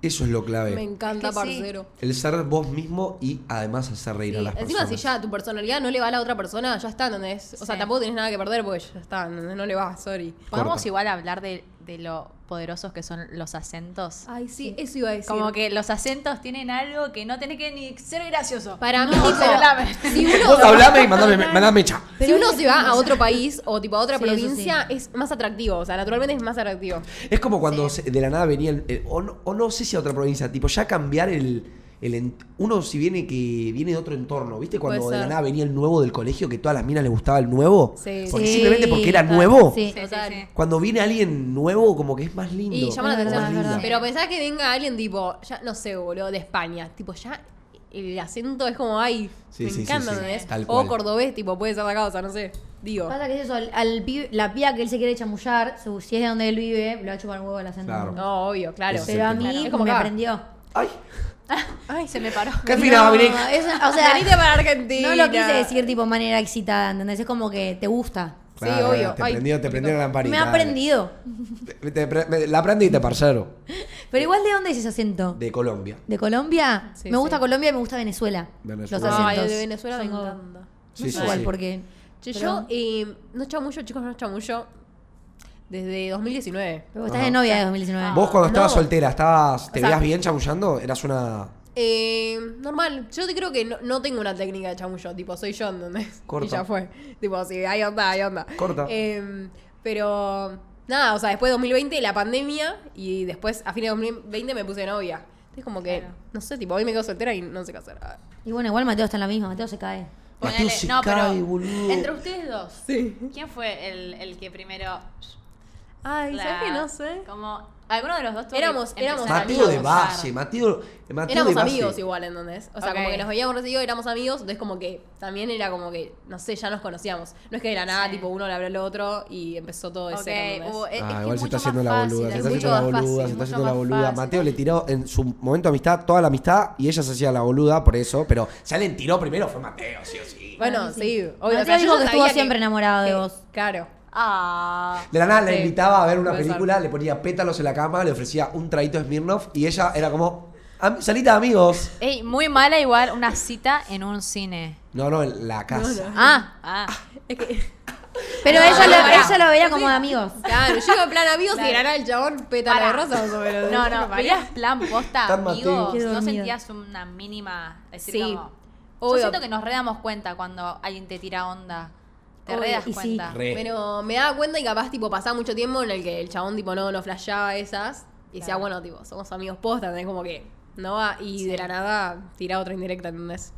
B: Eso es lo clave.
A: Me encanta,
D: Es que sí.
A: parcero.
B: El ser vos mismo y además hacer reír a las
A: Encima,
B: personas.
A: si ya tu personalidad no le va a la otra persona, ya está, ¿entendés? O sea,
D: Sí.
A: tampoco tenés nada que perder porque ya está, ¿entendés? No le va, sorry.
D: Podemos
B: Corta.
D: igual hablar de, de lo poderosos que son los acentos.
A: Ay, sí, eso iba a decir.
D: Como que los acentos tienen algo que no tenés que ni ser gracioso.
A: Para mí,
D: No,
A: tipo,
D: pero la-
A: si uno,
B: Vos hablame y mandame, mandame mecha.
A: si uno se va a otro país o tipo a otra
C: Sí, eso
A: provincia, es más atractivo. O sea, naturalmente es más atractivo.
B: Es como cuando se- de la nada venía, el- el- o, no, o no sé si a otra provincia, tipo ya cambiar el, el en- uno si viene que viene de otro entorno, ¿viste? Cuando
A: Puede
B: de la
A: ser.
B: nada venía el nuevo del colegio, que todas las minas les gustaba el nuevo,
A: Sí.
B: porque
C: Sí,
B: simplemente porque era
C: total,
B: nuevo.
C: sí.
A: Total.
B: Cuando viene alguien nuevo, como que es más lindo.
A: Y llama la
C: Es verdad,
A: atención.
C: es verdad.
A: Pero pensá que venga alguien tipo, ya no sé, boludo, de España. Tipo, ya el acento es como, ay,
B: Sí,
A: me
B: sí, sí,
A: encanta,
B: sí,
A: ¿entendés?
B: tal
A: O
B: cual.
A: cordobés, tipo, puede ser de acá, o sea, no sé. Digo.
C: Pasa que es eso, al, al pibe- la pía que él se quiere chamullar, su- si es de donde él vive, lo ha hecho para el huevo de la senda.
B: Claro.
A: No, obvio, claro.
B: Ese
C: Pero a mí
A: Claro. Es
C: como me
A: acá.
C: aprendió.
B: ¡Ay!
D: Ay, se me paró.
B: ¡Qué fina,
C: No,
B: Dominic!
C: es- o sea,
A: Venite para Argentina.
C: no lo quise decir tipo manera excitada, ¿entendés? Es como que te gusta.
A: Sí, obvio.
B: Te
A: Ay,
B: prendió, te
A: me
B: prendió la lamparita.
C: me ha
B: dale.
C: aprendido.
B: Te- te pre- me- la aprendiste, parcero.
C: Pero igual, ¿de dónde es ese acento? ¿De,
B: De Colombia.
C: Colombia?
A: Sí,
C: me gusta
A: sí.
C: Colombia y me gusta Venezuela.
B: Venezuela.
C: Los
A: Ay,
C: acentos.
A: el de Venezuela me
C: Son-
A: encanta.
B: Sí,
C: no
B: sí,
C: sé igual
B: sí.
C: porque...
A: Che,
C: Pero-
A: yo eh, no chamullo, chicos, no chamullo desde 2019.
C: Pero vos estás de novia de
D: Ah,
C: 2019.
B: Vos cuando estabas
A: No.
B: soltera, estabas, ¿te
A: O sea,
B: veías bien chamullando? Eras una.
A: Eh, normal, yo te creo que no, no tengo una técnica de chamullo, tipo, soy yo, ¿entendés?
B: Corta.
A: Y ya fue. Tipo, sí, hay onda, hay onda.
B: Corta.
A: Eh, pero, nada, o sea, después de 2020, la pandemia, y después, a fines de 2020, me puse de novia. Entonces, como que,
D: Claro.
A: no sé, tipo, hoy me quedo soltera y no sé qué hacer. Ah,
C: Y bueno, igual Mateo está en la misma, Mateo se cae.
D: Ponele-
B: Mateo se
D: no, pero
B: cae, boludo.
D: Entre ustedes dos,
A: Sí.
D: ¿quién fue el, el que primero?
A: Ay,
D: la-
A: ¿sabes qué? No sé.
D: Como alguno de los dos. tuvo que
A: Éramos- éramos
D: empezar a
B: Mateo de
D: negociar.
B: base, Mateo, Mateo
A: Éramos
B: de base.
A: amigos igual, ¿entendés? O sea, como
D: Ok.
A: que nos veíamos recibido, éramos amigos, entonces como que también era como que, no sé, ya nos conocíamos. No es que era nada,
D: Sí.
A: tipo uno le habló al otro y empezó todo de
D: Ok,
A: cero, ¿entendés?
D: hubo- E, es- es
B: Ah,
D: que
B: igual
D: es
B: se
D: mucho
B: está haciendo
D: más
B: la
D: fácil,
B: boluda, se
D: es
B: está
D: mucho
B: haciendo la
D: más
B: boluda, se
D: fácil,
B: está haciendo
D: mucho
B: la
D: más
B: boluda.
D: fácil.
B: Mateo le tiró en su momento de amistad toda la amistad y ella se hacía la boluda por eso, pero si alguien tiró primero fue Mateo, sí o sí.
A: Bueno,
C: Para mí
A: sí,
C: sí.
A: obvio.
C: Mateo
A: O sea, yo
C: dijo
A: ya
C: que estuvo
A: sabía
C: siempre enamorado de vos.
A: Claro.
D: Ah.
B: De la nada la
A: Sí,
B: invitaba a ver una
A: puede ser.
B: película, le ponía pétalos en la cama, le ofrecía un traguito de Smirnoff y ella era como, "Am- salita de amigos.
D: Ey, muy mala igual una cita en un cine.
B: No, no, en la casa.
C: Ah,
D: Ah.
C: pero
A: No,
C: ella,
A: no,
C: lo,
A: pará.
C: ella lo veía como de amigos.
A: Claro, yo iba en plan amigos y
D: Claro.
A: era el chabón pétalo de
D: Pará.
A: rosa más o menos.
D: No, no, veías plan posta,
B: Tan Mateo.
D: amigos.
C: Qué
D: No
C: dormida.
D: sentías una mínima. es Decir,
A: Sí.
D: como-
A: Obvio.
D: Yo siento que nos re damos cuenta cuando alguien te tira onda. Te re
A: Obvio,
D: das
C: y sí.
D: cuenta.
B: Re.
A: Pero me daba cuenta y capaz, tipo, pasaba mucho tiempo en el que el chabón, tipo, no, no flasheaba esas. Y decía,
D: Claro.
A: bueno, tipo, somos amigos posta, ¿entendés? Como que no va. Y de la nada tiraba otra indirecta, ¿entendés?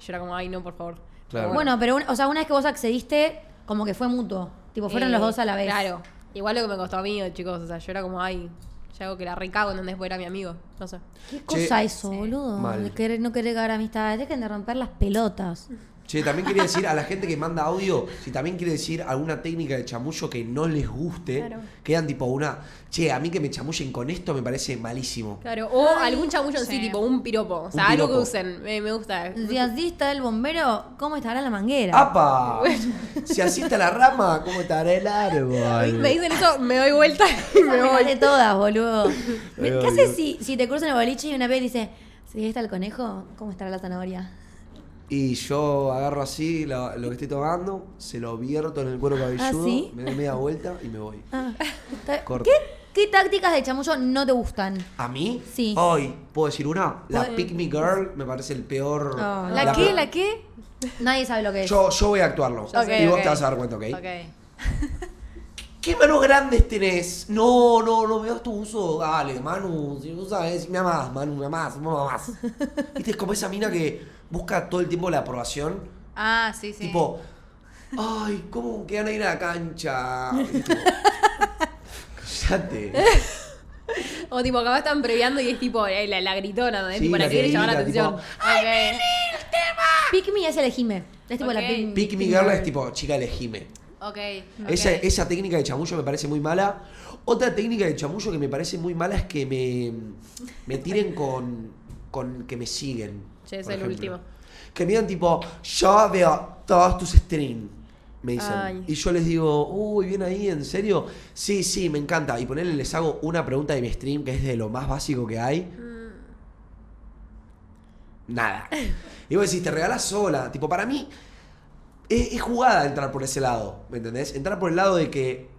A: Y yo era como, ay, no, por favor.
B: Claro.
C: Bueno, pero un- o sea, una vez que vos accediste, como que fue mutuo. Tipo, fueron
A: Eh,
C: los dos a la vez.
A: Claro. Igual lo que me costó a mí, chicos. O sea, yo era como, ay, ya algo que la recago, ¿entendés? Porque era mi amigo. No sé.
C: ¿Qué
B: Che,
C: cosa eso, boludo?
B: mal.
C: De querer- no querer cagar amistad. Dejen de romper las pelotas.
B: Che, también quería decir a la gente que manda audio, si también quiere decir alguna técnica de chamullo que no les guste, quedan tipo una, che, a mí que me chamullen con esto me parece malísimo.
A: Claro, o algún chamullo en sí,
D: sí.
A: tipo un piropo. O sea,
B: Un
A: algo que
B: piropo.
A: usen. Me, me gusta.
C: Si así está el bombero, ¿cómo estará la manguera?
B: ¡Apa! Si así está la rama, ¿cómo estará el árbol?
A: Me dicen eso, me doy vuelta y
C: Me
A: me voy.
C: de todas, boludo.
B: Me
C: ¿Qué
B: voy,
C: haces
B: boludo.
C: si, si te cruzan el boliche y una vez dice, si ahí está el conejo, ¿cómo estará la zanahoria?
B: Y yo agarro así lo, lo que estoy tomando, se lo vierto en el cuero cabelludo,
C: ¿Ah, sí?
B: me doy media vuelta y me voy.
C: Ah, está-
B: Corta.
C: ¿Qué, qué tácticas de chamullo no te gustan?
B: ¿A mí?
C: Sí.
B: Hoy, ¿puedo decir una? La
C: Puede- Oh.
B: Pick Me Girl me parece el peor.
C: No.
D: ¿La,
B: peor-
D: qué? ¿La qué?
C: Nadie sabe lo que es.
B: Yo, yo voy a actuarlo.
D: Ok,
B: y vos
D: ok.
B: te vas a dar cuenta, ¿ok?
D: Ok.
B: ¿Qué manos grandes tenés? No, no, no me das tu uso. Dale, Manu, si vos sabés, me amás, Manu, me amás, me amás. Viste, es como esa mina que busca todo el tiempo la aprobación.
D: Ah, sí, sí.
B: Tipo, ay, ¿cómo quedan ahí en la cancha? Y tipo, Cállate.
A: O tipo, acá están previando y es tipo eh, la, la gritona, ¿no? Es
B: Sí,
A: tipo la
B: la
A: que quiere
B: que
A: llamar la
B: grita,
A: atención.
B: tipo,
D: ¡Ay,
C: Pick me es el ejime. Es tipo la
D: Ok.
C: pick,
B: Pick me girl es tipo, chica, elegime.
D: Ok.
B: Esa,
D: ok.
B: esa técnica de chamullo me parece muy mala. Otra técnica de chamullo que me parece muy mala es que me, me tiren con, con que me siguen.
A: Che, es
B: por
A: el último.
B: Que me digan tipo, yo veo todos tus streams. Me dicen.
A: Ay.
B: Y yo les digo, uy, bien ahí, ¿en serio? Sí, sí, me encanta. Y ponerle, les hago una pregunta de mi stream que es de lo más básico que hay. Nada. Y vos decís, te regalás sola. Tipo, para mí, es, es jugada entrar por ese lado, ¿me entendés? Entrar por el lado de que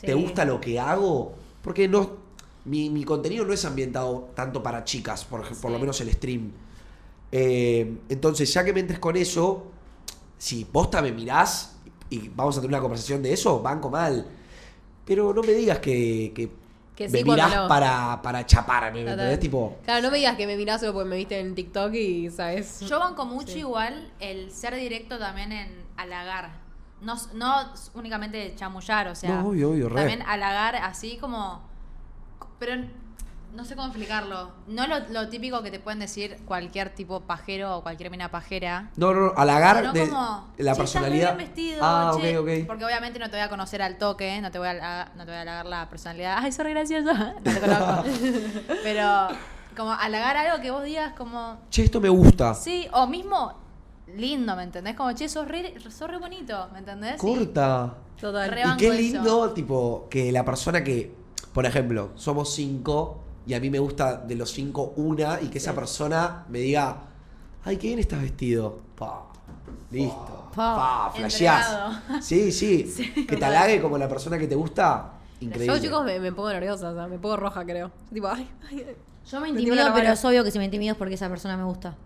B: te gusta lo que hago, porque no mi, mi contenido no es ambientado tanto para chicas, por, ej- por lo menos el stream. Eh, entonces, ya que me entres con eso, si posta me mirás y vamos a tener una conversación de eso, banco mal. Pero no me digas que, que,
A: Que
B: me
A: sí cuando
B: mirás
A: no.
B: para, para chaparme, ¿me
A: Total.
B: entendés? Tipo,
A: Claro, no me digas que me mirás solo porque me viste en TikTok y sabes.
D: Yo banco mucho igual el ser directo también en halagar. No, s- no s- únicamente chamullar, o sea.
B: No, obvio, obvio, re.
D: También halagar así como. Pero n- no sé cómo explicarlo. No lo, lo típico que te pueden decir cualquier tipo pajero o cualquier mina pajera.
B: no, no, no, halagar
D: Sino
B: de
D: como,
B: la
D: "Che, estás re
B: personalidad.
D: bien vestido,
B: ah,
D: che".
B: ok, ok.
D: Porque obviamente no te voy a conocer al toque, no te voy a, halagar- no te voy a halagar la personalidad. Ay, soy gracioso. No te conozco. Pero como halagar algo que vos digas como,
B: Che, esto me gusta.
D: Sí, o mismo lindo, ¿me entendés? Como, che, sos re, sos re bonito, ¿me entendés?
B: Corta.
A: Total.
D: Re-
B: Y
D: banco
B: qué
D: eso.
B: lindo, tipo, que la persona que, por ejemplo, somos cinco y a mí me gusta de los cinco una y que esa persona me diga, ay, qué bien estás vestido. Pa. Listo. Pa, flasheás. Sí, sí, Que te halague como la persona que te gusta. Increíble.
A: Yo, chicos, me, me pongo nerviosa, o sea, me pongo roja, creo. Tipo, ay, ay, ay.
C: Yo me
A: Me
C: intimido,
A: tiro la
C: pero
A: mano.
C: es obvio que si me intimido es porque esa persona me gusta.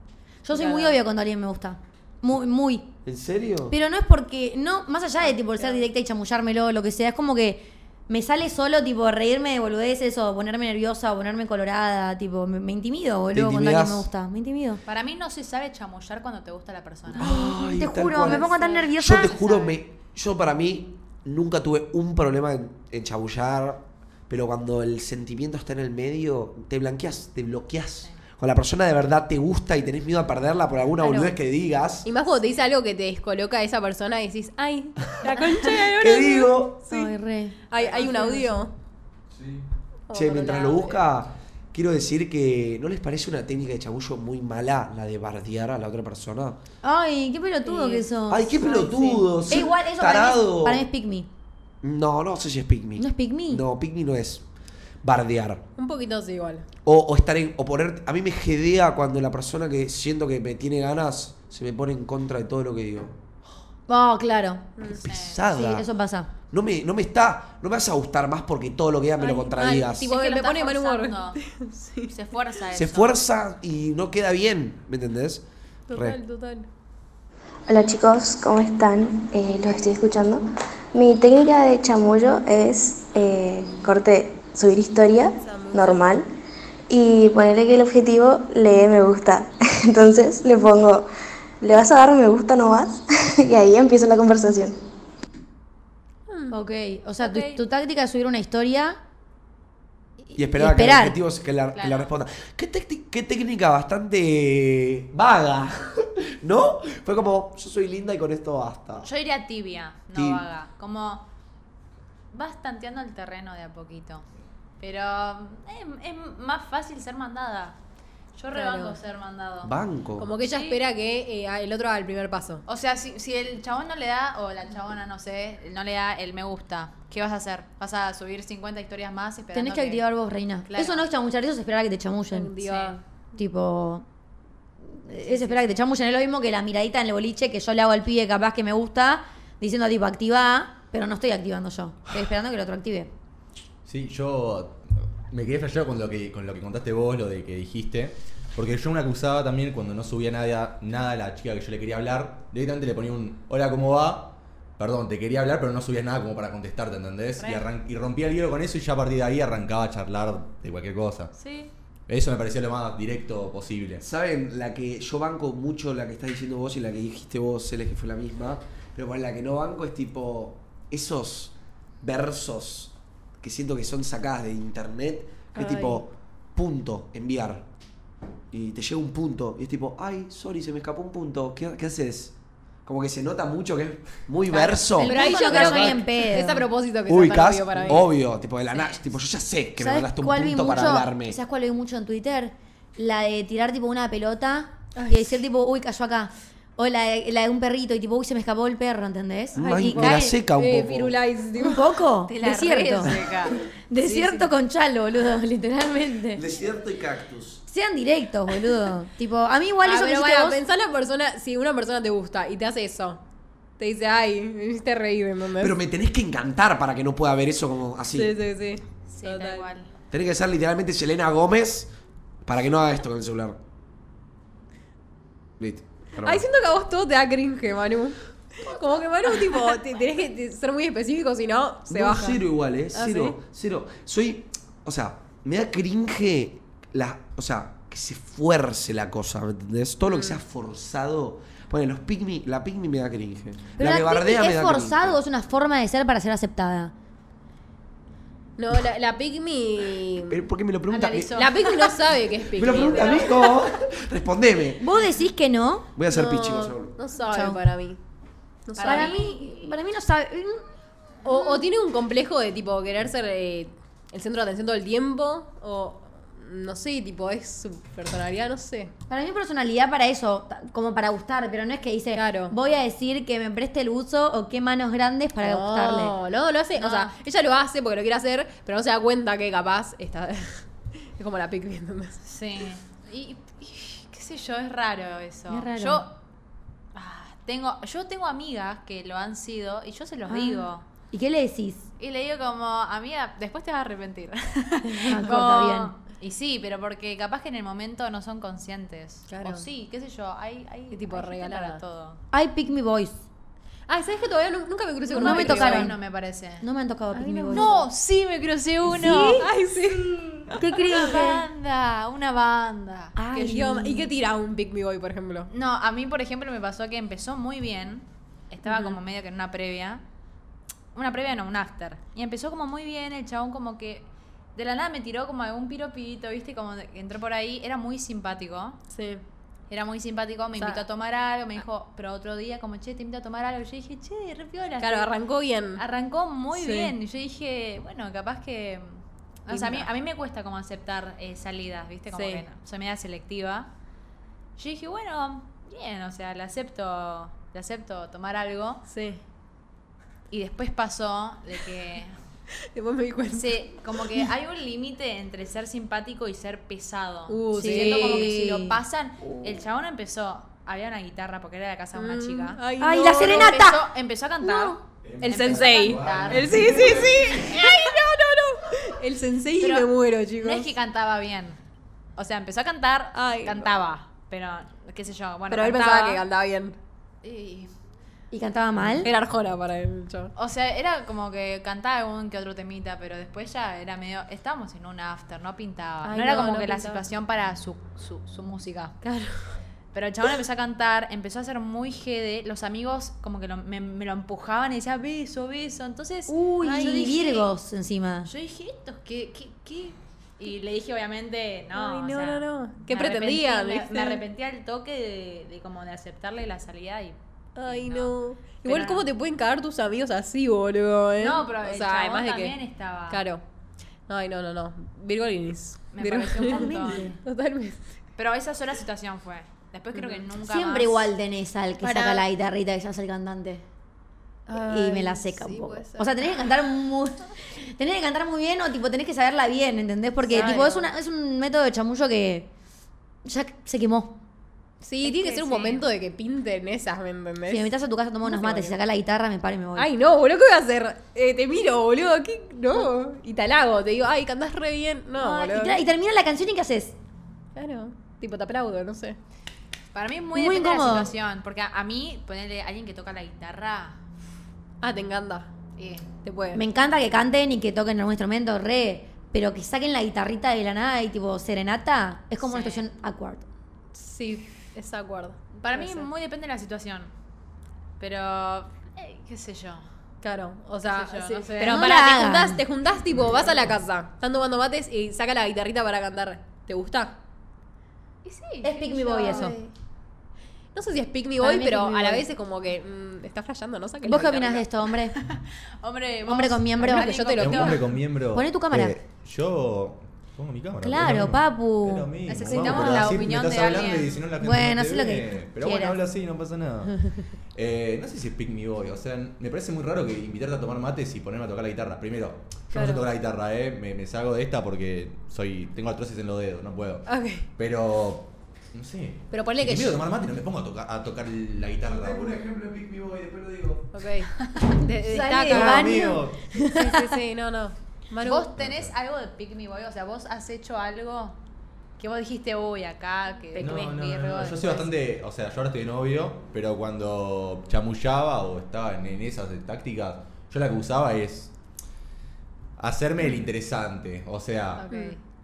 C: Yo soy muy
A: Claro.
C: obvio cuando alguien me gusta. Muy, muy.
B: ¿En serio?
C: Pero no es porque, no, más allá
B: Ah,
C: de tipo el ser directa y chamullármelo, lo que sea, es como que me sale solo tipo reírme de boludeces o ponerme nerviosa o ponerme colorada, tipo, me, me intimido, boludo, cuando
B: intimidás?
C: alguien me gusta, me intimido.
D: Para mí no se sabe chamullar cuando te gusta la persona.
B: Ah, Ay,
C: te
B: tal
C: juro,
B: cual.
C: me pongo tan
B: Yo
C: nerviosa.
B: te juro, me, yo para mí nunca tuve un problema en, en chabullar, pero cuando el sentimiento está en el medio, te blanqueas, te bloqueas. Cuando la persona de verdad te gusta y tenés miedo a perderla por alguna boludez que digas,
A: Y más cuando te dice algo que te descoloca a esa persona y decís, ay, la concha de
B: ¿qué digo?
C: Ay, re.
A: Hay, hay un audio.
B: Che, mientras lo busca, quiero decir que ¿no les parece una técnica de chabullo muy mala la de bardear a la otra persona?
C: Ay, qué pelotudo
A: Sí.
C: que sos.
B: Ay, qué pelotudo,
C: Es
B: soy
C: igual, eso para mí,
B: tarado.
C: es, para mí es pick me.
B: No, no sé si es pick me.
C: ¿No es pick me?
B: No, pick me no es bardear.
A: Un poquito así igual.
B: O, o estar en, o poner, a mí me jedea cuando la persona que siento que me tiene ganas se me pone en contra de todo lo que digo.
C: Oh, claro.
B: Qué
C: Sí,
B: pesada.
C: eso pasa.
B: No me, no me está, no me vas a gustar más porque todo lo que diga me lo
A: Ay,
B: contradigas.
A: mal, tipo,
D: Es que
A: me
D: lo
A: pone
D: estás
A: mal humor.
D: forzando. Se esfuerza eso.
B: se esfuerza y no queda bien, ¿me entendés?
A: Total,
B: Re.
A: total.
G: Hola chicos, ¿cómo están? Eh, los estoy escuchando. Mi técnica de chamullo es eh, corte, subir historia normal y ponerle que el objetivo lee me gusta. Entonces le pongo, ¿le vas a dar me gusta o no vas? y ahí empieza la conversación.
C: Ok, o sea, tu-
B: Mm.
D: Ok.
C: tu, táctica es subir una historia y,
B: y esperaba que los
C: esperar.
B: objetivos que la, que la
D: Claro.
B: responda. ¿Qué, tecti- qué técnica bastante vaga, ¿no? Fue como, yo soy linda y con esto basta.
D: Yo iría tibia, no
B: Tib-
D: vaga. Como vas tanteando el terreno de a poquito. Pero eh, es más fácil ser mandada. Yo
A: Claro.
D: rebanco ser mandado.
B: Banco.
A: Como que ella
D: Sí.
A: espera que eh, el otro haga el primer paso.
D: O sea, si, si el chabón no le da, o la chabona, no sé, no le da el me gusta, ¿qué vas a hacer? ¿Vas a subir 50 historias más esperando
C: Tenés que activar vos, reina.
D: Claro.
C: Eso no es chamuchar, eso es esperar a que te chamullen.
A: Digo,
D: Sí.
C: Tipo. Es esperar que te chamullen. Es lo mismo que la miradita en el boliche que yo le hago al pibe capaz que me gusta, diciendo tipo activá, pero no estoy activando yo. Estoy esperando que el otro active.
H: Sí, yo me quedé flasheado con lo que con lo que contaste vos, lo de que dijiste. Porque yo me acusaba también cuando no subía nada, nada a la chica que yo le quería hablar. Directamente le ponía un hola, ¿cómo va? Perdón, te quería hablar, pero no subías nada como para contestarte, ¿entendés? Y,
D: Re.
H: arran- y rompía el hielo con eso y ya a partir de ahí arrancaba a charlar de cualquier cosa.
D: Sí.
H: Eso me pareció lo más directo posible.
B: ¿Saben? La que yo banco mucho, la que estás diciendo vos y la que dijiste vos, Celes, que fue la misma. Pero bueno, la que no banco es tipo esos versos que siento que son sacadas de internet. Que es
A: Ay.
B: tipo, punto, enviar. Y te llega un punto. Y es tipo, ay, sorry, se me escapó un punto. ¿Qué, qué haces? Como que se nota mucho que es muy verso.
C: El punto no creo que ni en pedo.
A: Es a propósito que
B: Uy,
A: sea tan
B: Cas,
A: obvio para mí.
B: obvio, tipo de la nada, tipo, yo ya sé que me
C: ¿Sabes
B: mandaste un
C: cuál vi
B: punto para
C: mucho?
B: hablarme.
C: ¿Sabes cuál vi mucho en Twitter? La de tirar tipo una pelota y decir tipo, uy, cayó acá. O la de, la de un perrito y tipo, uy, se me escapó el perro, ¿entendés?
B: Ay,
C: y
B: me la seca un
A: eh,
B: poco.
A: Firulais, tipo.
C: un poco.
D: Te la
C: Desierto.
D: re seca.
C: Desierto con chalo, boludo, literalmente.
B: Desierto y cactus.
C: Sean directos, boludo. tipo, a mí igual
A: Ah,
C: eso que
A: pero
C: hiciste
A: bueno,
C: vos-
A: pensá la persona, si una persona te gusta y te hace eso, te dice, ay, me hiciste reír, ¿me entendés?
B: Pero me tenés que encantar para que no pueda ver eso como así.
A: Sí, sí, sí.
D: Sí,
A: Total.
D: tal cual.
B: Tenés que ser literalmente Selena Gómez para que no haga esto con el celular. Listo. Pero
A: Ay,
B: bueno.
A: siento que a vos todo te da cringe, Manu. Como que Manu, tipo, te- tenés que te- ser muy específico, si no, se
B: No,
A: baja.
B: cero igual, ¿eh?
A: Ah,
B: Cero, cero. Soy, o sea, me da cringe la, o sea, que se fuerce la cosa, ¿me entendés? Todo lo que
A: Mm.
B: sea forzado. Bueno, los pigmi, la pigmi me da cringe.
C: Pero
B: la que
C: la
B: bardea
C: técnica
B: me da
C: es forzado o es
B: cringe.
C: una forma de ser para ser aceptada.
A: No, la, la pygmy...
B: Pero ¿Por qué Eh, me lo pregunta? Me,
D: Analizó.
A: La pygmy no sabe qué es
B: me
A: pygmy.
B: lo pregunta a mí, no. Respondeme.
C: Vos decís que no.
B: Voy a hacer
A: no,
B: pichico seguro.
A: No sabe
C: Chau.
A: para mí. No sabe.
C: Para mí, para mí no sabe.
A: O, o tiene un complejo de, tipo, querer ser eh, el centro de atención todo el tiempo, o... No sé, tipo, es su personalidad, no sé.
C: Para mí personalidad para eso, ta- como para gustar, pero no es que dice,
A: Claro.
C: voy a decir que me preste el uso o qué manos grandes para
D: Oh.
A: no,
C: gustarle.
A: No, lo hace. O
D: No.
A: sea, ella lo hace porque lo quiere hacer, pero no se da cuenta que capaz está. es como la pick, ¿entendés?
D: Sí. Y, y qué sé yo, es raro eso.
C: Es raro.
D: Yo ah, tengo, yo tengo amigas que lo han sido y yo se los digo.
C: Ah. ¿Y qué le decís?
D: Y le digo como, amiga, después te vas a arrepentir.
C: corta, bien.
D: Y sí, pero porque capaz que en el momento no son conscientes.
A: Claro.
D: O sí, qué sé yo, hay, hay
A: Y tipo,
D: hay gente
A: regalada.
D: para todo.
C: Ay, pick me voice.
A: Ah, ¿sabes que todavía nu- nunca me crucé con
C: No
A: una
C: me
A: pick
C: tocaron.
A: boy?
D: No me parece.
C: No me han tocado pick me voice.
D: No, sí me crucé uno. Ay,
C: ¿Qué
D: una
C: cringe?
D: banda, una banda.
A: Que
C: Ay.
A: yo- ¿Y qué tira un pick me boy, por ejemplo?
D: No, a mí, por ejemplo, me pasó que empezó muy bien. Estaba como medio que en una previa. Una previa, no, un after. Y empezó como muy bien, el chabón como que... De la nada me tiró como algún piropito, ¿viste? Como de- que entró por ahí. Era muy simpático.
A: Sí.
D: Era muy simpático,
A: O
D: me
A: sea, ah.
D: invitó a tomar algo. Me dijo, pero otro día, como, che, te invito a tomar algo. Yo dije, che, re piola.
A: Claro,
D: sí.
A: arrancó bien.
D: Arrancó muy
A: Sí.
D: bien. Y yo dije, bueno, capaz que. O sea, a mí,
A: Linda.
D: a mí me cuesta como aceptar eh, salidas, ¿viste? Como
A: Sí.
D: que no, soy media selectiva. Yo dije, bueno, bien, o sea, le acepto, le acepto tomar algo.
A: Sí.
D: Y después pasó de que.
A: Después me di cuenta.
D: se- como que hay un límite entre ser simpático y ser pesado.
A: Uh,
D: Sí, siento como que
A: sí.
D: si lo pasan. El chabón empezó. Había una guitarra porque era de la casa de una chica.
A: Mm, Ay,
C: Ah, Ay,
A: no.
C: la serenata.
D: Empezó, empezó a cantar.
A: El
D: Empezó a
A: sensei.
D: cantar.
A: El sí, sí, sí. Ay, no, no, no. El sensei y
D: Pero
A: me muero, chicos.
D: No es que cantaba bien. O sea, empezó a cantar,
A: Ay,
D: cantaba. Pero, qué sé yo, bueno,
A: Pero él
D: cantaba.
A: pensaba que cantaba bien.
D: Y-
C: ¿Y cantaba mal?
A: Era Arjona para él, chavo.
D: o sea, era como que cantaba un que otro temita, pero después ya era medio... Estábamos en un after, no pintaba.
A: Ay,
D: no era
A: no,
D: como
A: no
D: que la
A: pintaba.
D: situación para su, su, su música.
A: Claro.
D: Pero el chabón empezó a cantar, empezó a ser muy jede. Los amigos como que lo- me, me lo empujaban y decía beso, beso. Entonces...
C: Uy,
D: ay, yo dije-
C: Virgos encima.
D: Yo dije, estos, ¿qué, qué, qué, Y le dije, obviamente, no.
A: Ay,
D: o
A: no, no,
D: sea,
A: no. ¿Qué
D: me arrepentí,
A: pretendían,
D: Me,
A: viste?
D: me arrepentí al toque de, de como de aceptarle la salida y.
A: Ay, no.
D: No.
A: Igual,
D: Pero-
A: ¿cómo te pueden cagar tus amigos así, boludo? eh?
D: No, pero el chabón también
A: que.
D: estaba.
A: Claro. Ay, no, no, no. Virgolinis.
D: Me pareció un montón.
C: Totalmente.
A: Totalmente.
D: Pero esa sola situación fue. Después creo que nunca.
C: Siempre
D: más-
C: igual tenés al que
A: Para-
C: saca la guitarrita que ya es el cantante. y me la seca
A: sí,
C: un poco.
A: puede ser.
C: O sea, tenés que cantar muy tenés que cantar muy bien o tipo tenés que saberla bien, ¿entendés? Porque
A: Claro.
C: tipo es una, es un método de chamullo que ya se quemó.
A: Sí,
D: Es
A: tiene que,
D: que
A: ser un
D: sí.
A: momento de que pinten esas, ¿me entendés?
C: Si me invitas a tu casa a tomar unos
A: No,
C: mates y
A: bueno.
C: sacás la guitarra, me paro y me voy.
A: Ay, no, boludo, ¿qué voy a hacer? Eh, te miro, boludo, ¿qué?
D: Pues
A: No. Y te halago, te digo, ay, cantás re bien. No,
C: Ah, y,
A: boludo.
C: tra- y termina la canción y ¿qué haces?
A: Claro. Tipo, te aplaudo, no sé.
D: Para mí es
C: Muy
D: muy, depende de
C: incómodo.
D: la situación. Porque a, a mí, ponerle a alguien que toca la guitarra.
A: Ah, te encanta.
D: eh,
A: Te puede.
C: Me encanta que canten y que toquen algún instrumento, re, pero que saquen la guitarrita de la nada y tipo serenata, es como una
D: Sí.
C: situación awkward.
A: Sí, es acuerdo.
D: para
A: Puede
D: mí,
A: ser.
D: muy depende de la situación. Pero. eh, ¿Qué sé yo?
A: Ah, Claro, o sea,
D: sé yo,
A: sí.
D: no sé.
A: pero
C: No
A: para
C: la
A: te
C: hagan.
A: juntás, te juntás, tipo, vas a la casa, están tomando mates y saca la guitarrita para cantar. ¿Te gusta?
D: Y sí.
C: Es Pick Me Boy eso.
A: No sé si es Pick Me
C: Para
A: Boy,
C: mí es
A: pero
C: Pick Me
A: a la
C: Boy.
A: vez es como que mm, está flasheando, ¿no? Saque la
C: ¿Vos qué opinás
A: guitarrita.
C: de esto, hombre?
D: Hombre,
C: Hombre con miembro.
D: Hombre,
A: Que yo te lo- Pero-
D: con
H: Un
D: miembro.
H: hombre con miembro.
C: Poné tu cámara.
H: Eh, yo pongo mi cámara.
C: Claro,
H: es lo mismo.
C: papu.
H: Es lo mismo,
D: Necesitamos
H: vamos, pero
D: la
H: así me
D: opinión
H: estás
D: de
H: hablando
D: alguien.
H: y si no, la gente
C: Bueno,
H: no te
C: haz lo
H: ve.
C: que
H: Pero bueno,
C: quieras.
H: habla así, no pasa nada. Eh, no sé si es Pick Me Boy. O sea, me parece muy raro que invitarte a tomar mates y ponerme a tocar la guitarra. Primero, yo no sé tocar la guitarra, ¿eh? Me, me salgo de esta porque soy tengo artrosis en los dedos, no puedo.
A: Ok.
H: Pero. No sé.
A: Pero ponle
H: Si
A: que
H: te
A: yo-
H: invito a tomar mate, no me pongo a, tocar a tocar la guitarra. por ejemplo de Pick Me Boy, después lo digo.
A: Ok. De- de-
C: Sale
A: está
C: del
A: cagado.
C: baño.
A: Sí, sí, sí, no, no. Manu,
D: ¿Vos tenés algo de Pick Me Boy? O sea, ¿vos has hecho algo que vos dijiste, voy acá, que
H: No,
D: me
H: no, no,
D: inspiró
H: no, Yo
A: pues.
D: después"?
H: soy bastante, o sea, yo ahora estoy de novio, pero cuando chamullaba o estaba en, en esas de tácticas, yo la que usaba es hacerme el interesante. O sea,
D: Ok.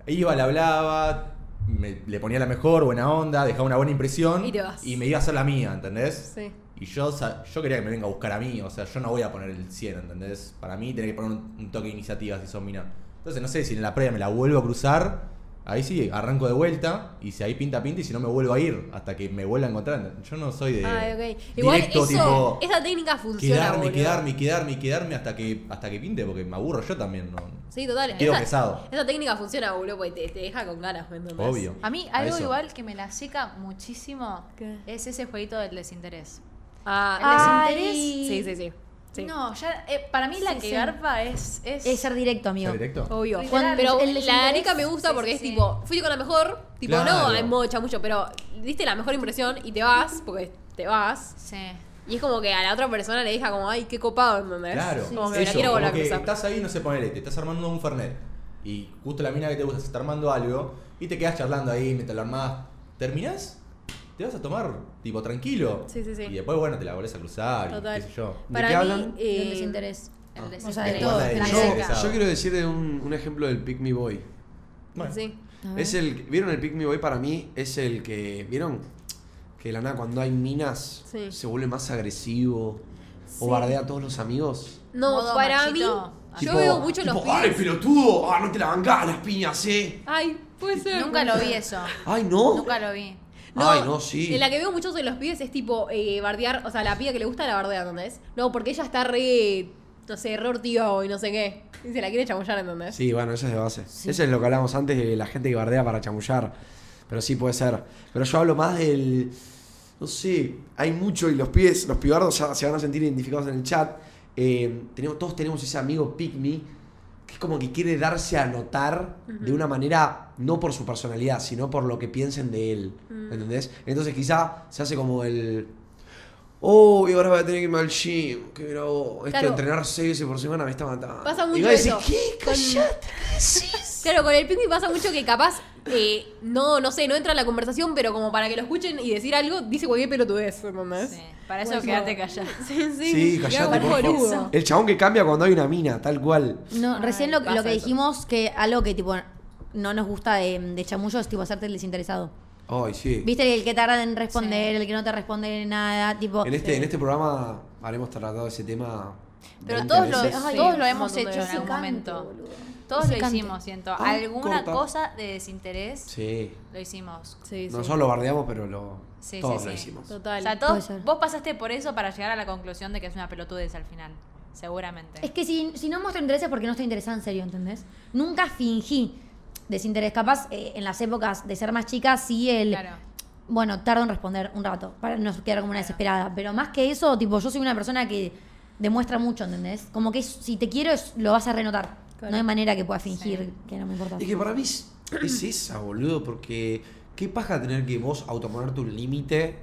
H: iba, le hablaba, me- le ponía la mejor, buena onda, dejaba una buena impresión
A: Y te vas.
H: me iba a hacer la mía, ¿entendés?
A: Sí.
H: Y yo, sa- yo quería que me venga a buscar a mí, o sea, yo no voy a poner el 100, ¿entendés? Para mí tiene que poner un, un toque de iniciativa si son mina. Entonces, no sé, si en la previa me la vuelvo a cruzar, ahí sí, arranco de vuelta, y si ahí pinta, pinta, y si no me vuelvo a ir, hasta que me vuelva a encontrar. Yo no soy de...
A: Ay, ok. Igual
H: directo,
A: eso,
H: tipo,
A: esa técnica funciona,
H: quedarme,
A: boludo.
H: quedarme, quedarme, quedarme hasta que, hasta que pinte, porque me aburro yo también, ¿no?
A: Sí, total.
H: Quiero
A: esa,
H: pesado.
A: esa técnica funciona, boludo, porque te, te deja con ganas, ¿me entendés?
H: Obvio.
D: A mí
H: A
D: algo
H: eso.
D: igual que me la seca muchísimo
A: ¿Qué?
D: es ese jueguito del desinterés.
A: Ah,
C: Ay.
A: ¿les interesa? Sí, sí, sí. sí.
D: No, ya eh, para mí la
C: Sí,
D: que
C: sí.
D: garpa es, es
C: Es ser directo, amigo.
H: ¿Está directo?
A: Obvio.
D: Literal,
A: Cuando- pero
C: el
A: la
C: desinterés.
A: Areca me gusta
D: Sí,
A: porque
D: sí,
A: es
D: sí.
A: tipo, fui con la mejor, tipo,
H: Claro.
A: no, en modo chamucho, pero diste la mejor impresión y te vas, porque te vas.
D: Sí.
A: Y es como que a la otra persona le deja como, ay, qué copado, ¿entendés?
H: Claro,
A: Como que me la
H: eso,
A: quiero
H: como
A: volver a
H: que
A: cruzar.
H: estás ahí, no sé, ponele, te estás armando un Fernet y justo la mina que te gusta se está armando algo y te quedas charlando ahí mientras lo armás. ¿Terminás? Te vas a tomar, tipo, tranquilo.
A: Sí, sí, sí.
H: Y después, bueno, te la volvés a cruzar y
A: Total.
H: qué sé yo.
A: Para
B: qué
A: mí,
B: hablan?
A: eh,
C: Del desinterés.
D: El desinterés.
C: Ah. O sea, de
H: Igual
C: todo.
H: la del
C: la
H: yo-
C: seca.
H: Pesado.
B: Yo quiero decir de un, un ejemplo del Pick Me Boy.
H: Bueno,
A: Sí.
B: Es el, ¿Vieron el Pick Me Boy? Para mí es el que. ¿Vieron? Que de la nada cuando hay minas
A: Sí.
B: se vuelve más agresivo o bardea a todos los amigos.
A: No,
D: Modo
A: para
D: machito.
A: mí, Ah, yo
B: Tipo-
A: veo mucho los
B: tipo, ¡Ay,
A: pibes.
B: pelotudo! ¡Ah, no te la bancás las piñas, eh!
A: Ay, puede ser.
D: Nunca lo vi eso.
B: ¡Ay, no!
D: Nunca lo vi.
B: ¡Ay, no, sí!
A: En la que veo muchos de los pibes es tipo eh, bardear, o sea, la piba que le gusta la bardea, ¿entendés? No, porque ella está re, no sé, re ortiva y no sé qué. Y se la quiere chamullar, ¿entendés?
B: Sí, bueno, eso es de base. Eso es lo que hablábamos antes de la gente que bardea para chamullar. Pero sí puede ser. Pero yo hablo más del. No sé, hay mucho y los pies, los pibardos ya se van a sentir identificados en el chat. Eh, tenemos, todos tenemos ese amigo pick me que es como que quiere darse a notar de una manera, no por su personalidad, sino por lo que piensen de él.
A: Mm.
B: ¿Entendés? Entonces quizá se hace como el. Oh, y ahora voy a tener que irme al gym. Que mira vos, esto de
A: Claro.
B: entrenar seis veces por semana me está matando.
A: Pasa
B: y
A: mucho
B: va a decir,
A: eso.
B: ¿qué?
A: Con-
B: Callate, ¿qué decís?".
A: Claro, con el picnic pasa mucho que capaz, eh, no, no sé, no entra en la conversación, pero como para que lo escuchen y decir algo, dice cualquier pelotudez, ¿entendés?
D: Sí. Para eso
A: Buenísimo.
D: quédate callado.
A: Sí, sí.
B: Sí,
A: me
B: callate,
A: hago
B: por
A: el
B: favor.
A: boludo.
B: El chabón que cambia cuando hay una mina, tal cual.
C: No, recién lo,
D: pasa
C: lo que
D: eso.
C: dijimos que algo que tipo no nos gusta de, de chamullo es tipo hacerte el desinteresado.
B: Ay, sí.
C: Viste el que tarda en responder, el que no te responde nada, tipo.
B: En
A: eh.
B: este, en este programa haremos tratado ese tema.
D: Pero
B: 20
D: todos lo,
B: veces.
C: Ay,
D: todos lo
C: un
D: hemos
A: montón de
D: hecho en
A: veces.
D: algún momento. Todos lo
C: Secante.
D: hicimos, siento.
B: Ah,
D: Alguna
B: corta.
D: cosa de desinterés
B: Sí.
D: lo hicimos.
A: Sí, sí.
B: Nosotros lo bardeamos, pero lo,
D: Sí,
B: todos
D: sí,
B: lo
D: sí.
B: hicimos.
A: Total.
D: O sea,
C: Puede
D: todos,
C: ser.
D: vos pasaste por eso para llegar a la conclusión de que es una pelotudez al final. Seguramente.
C: Es que si, si no muestro interés es porque no estoy interesada en serio, ¿entendés? Nunca fingí desinterés. Capaz eh, en las épocas de ser más chica, sí el...
D: Claro.
C: Bueno, tardo en responder un rato, para no quedar como una desesperada. Pero más que eso, tipo, yo soy una persona que demuestra mucho, ¿entendés? Como que es- si te quiero, es- lo vas a renotar. No hay manera que puedas fingir que no me importa.
B: Es que para mí es, es esa, boludo, porque qué paja tener que vos autoponerte un límite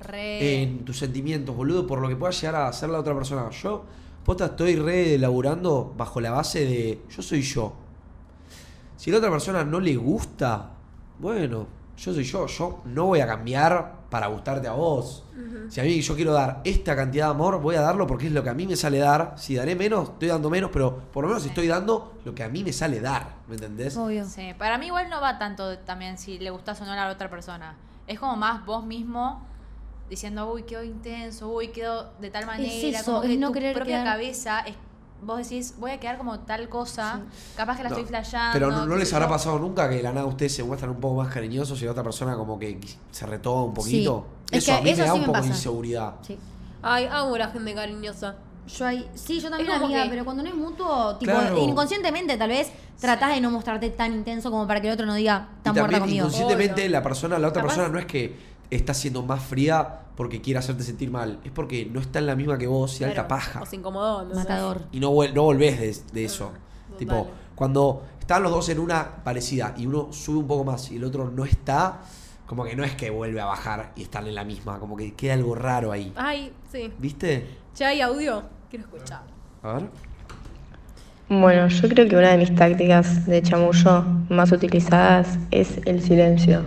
D: Re.
B: en tus sentimientos, boludo, por lo que pueda llegar a hacer la otra persona. Yo, posta, estoy re laburando bajo la base de yo soy yo. Si a la otra persona no le gusta, bueno, yo soy yo. Yo no voy a cambiar para gustarte a vos. Si a mí yo quiero dar esta cantidad de amor, voy a darlo porque es lo que a mí me sale dar. Si daré menos, estoy dando menos, pero por lo menos estoy dando lo que a mí me sale dar. ¿Me entendés?
C: Obvio.
D: Sí, para mí igual no va tanto también si le gustas o no a la otra persona. Es como más vos mismo diciendo, uy, quedó intenso, uy, quedó de tal manera.
C: eso,
D: como que
C: es no
D: tu
C: querer
D: propia
C: quedar-
D: cabeza, es- vos decís, voy a quedar como tal cosa, capaz que la
B: No,
D: estoy
C: Ah,
D: flasheando.
B: Pero no, no
D: qué
B: les
D: sé
B: habrá
D: yo.
B: pasado nunca que de la nada ustedes se muestran un poco más cariñosos y la otra persona como que se retoma un poquito.
C: Sí. Es
B: Eso
C: que
B: a mí
C: eso
B: me da
C: sí
B: un
C: me
B: poco de
C: pasa.
B: inseguridad.
C: Sí.
A: Ay, amo la gente cariñosa.
C: Yo ahí, sí, yo también
A: Es como
C: amiga,
A: que-
C: pero cuando no es mutuo, tipo,
B: Claro.
C: inconscientemente tal vez tratás de no mostrarte tan intenso como para que el otro no diga
B: Y
C: tan muerta
B: también
C: conmigo.
B: inconscientemente
A: Obvio.
B: la persona, la otra
D: Capaz-
B: persona no es que está siendo más fría porque quiere hacerte sentir mal, es porque no está en la misma que vos y alta
A: Claro,
B: paja.
A: O se incomodó. ¿no?
C: Matador.
B: Y no, vuel- no volvés de, de eso.
C: Ah,
A: total.
B: Tipo, cuando están los dos en una parecida y uno sube un poco más y el otro no está, como que no es que vuelve a bajar y están en la misma, como que queda algo raro ahí.
C: Ah.
A: Ay, sí.
B: ¿Viste?
A: Che, hay audio. Quiero escuchar.
B: A ver.
I: Bueno, yo creo que una de mis tácticas de chamullo más utilizadas es el silencio.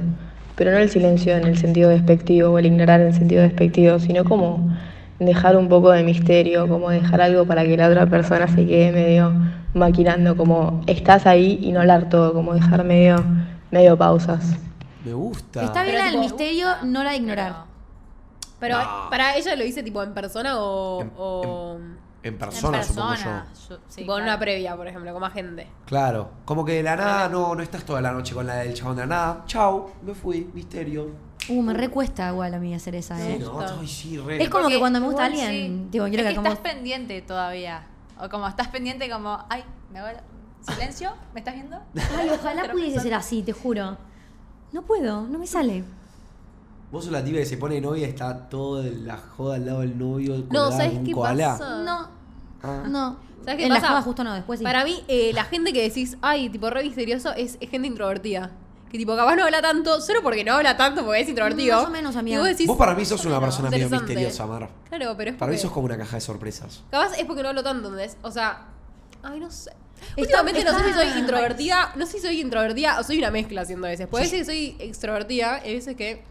I: Pero no el silencio en el sentido despectivo o el ignorar en el sentido despectivo, sino como dejar un poco de misterio, como dejar algo para que la otra persona se quede medio maquinando, como estás ahí y no hablar todo, como dejar medio, medio pausas.
B: Me gusta.
C: Está bien
A: Pero
C: la del
A: tipo- uh,
C: misterio, no la de ignorar.
A: Pero,
B: No.
A: ¿para ella lo hice tipo en persona o,
B: En-
A: o
B: En
D: En
B: persona, supongo
D: persona.
B: yo.
D: Ah, Yo- sí,
A: tipo en
D: claro.
A: una previa, por ejemplo, con más gente?
B: Claro. Como que de la nada, no, no estás toda la noche con la del chabón de la nada. Chau, me fui, misterio.
C: Uh, me recuesta igual a mí hacer esa,
B: Sí,
C: ¿eh?
B: no,
A: Está.
B: ay, sí, re.
C: Es como que
D: Porque
C: cuando me gusta
D: igual
C: alguien,
D: sí.
C: tipo, quiero
D: Es
C: que
D: que
C: como...
D: estás pendiente todavía. O como estás pendiente como, ay, me voy a... ¿Silencio? ¿Me estás viendo?
C: Ay, ojalá
D: Otra
C: pudiese
D: persona.
C: ser así, te juro. No puedo, no me sale.
B: Vos sos la tibia que se pone novia y está toda la joda al lado del novio.
A: No,
B: colgada
A: ¿sabes
B: en un
A: qué
B: koala.
A: pasa?
C: No,
B: Ah.
C: no.
A: ¿Sabes qué
C: en
A: pasa?
C: la joda justo no, después Pues sí.
A: Para mí, eh, la gente que decís, ay, tipo re misterioso, es, es gente introvertida. Que tipo, capaz no habla tanto, solo porque no habla tanto, porque es introvertido.
C: Más o menos, amiga.
A: Y vos decís,
B: Vos para mí sos una persona medio
A: interesante.
B: misteriosa, Mar.
A: Claro, pero es
B: Para mí
A: porque-
B: sos como una caja de sorpresas.
A: Capaz es porque no hablo tanto, ¿entendés? O sea, ay, no sé.
C: Está-
A: Últimamente no sé si
C: está-
A: soy introvertida, no sé si soy introvertida o soy una mezcla haciendo a veces. Puede ser que soy extrovertida y a veces que...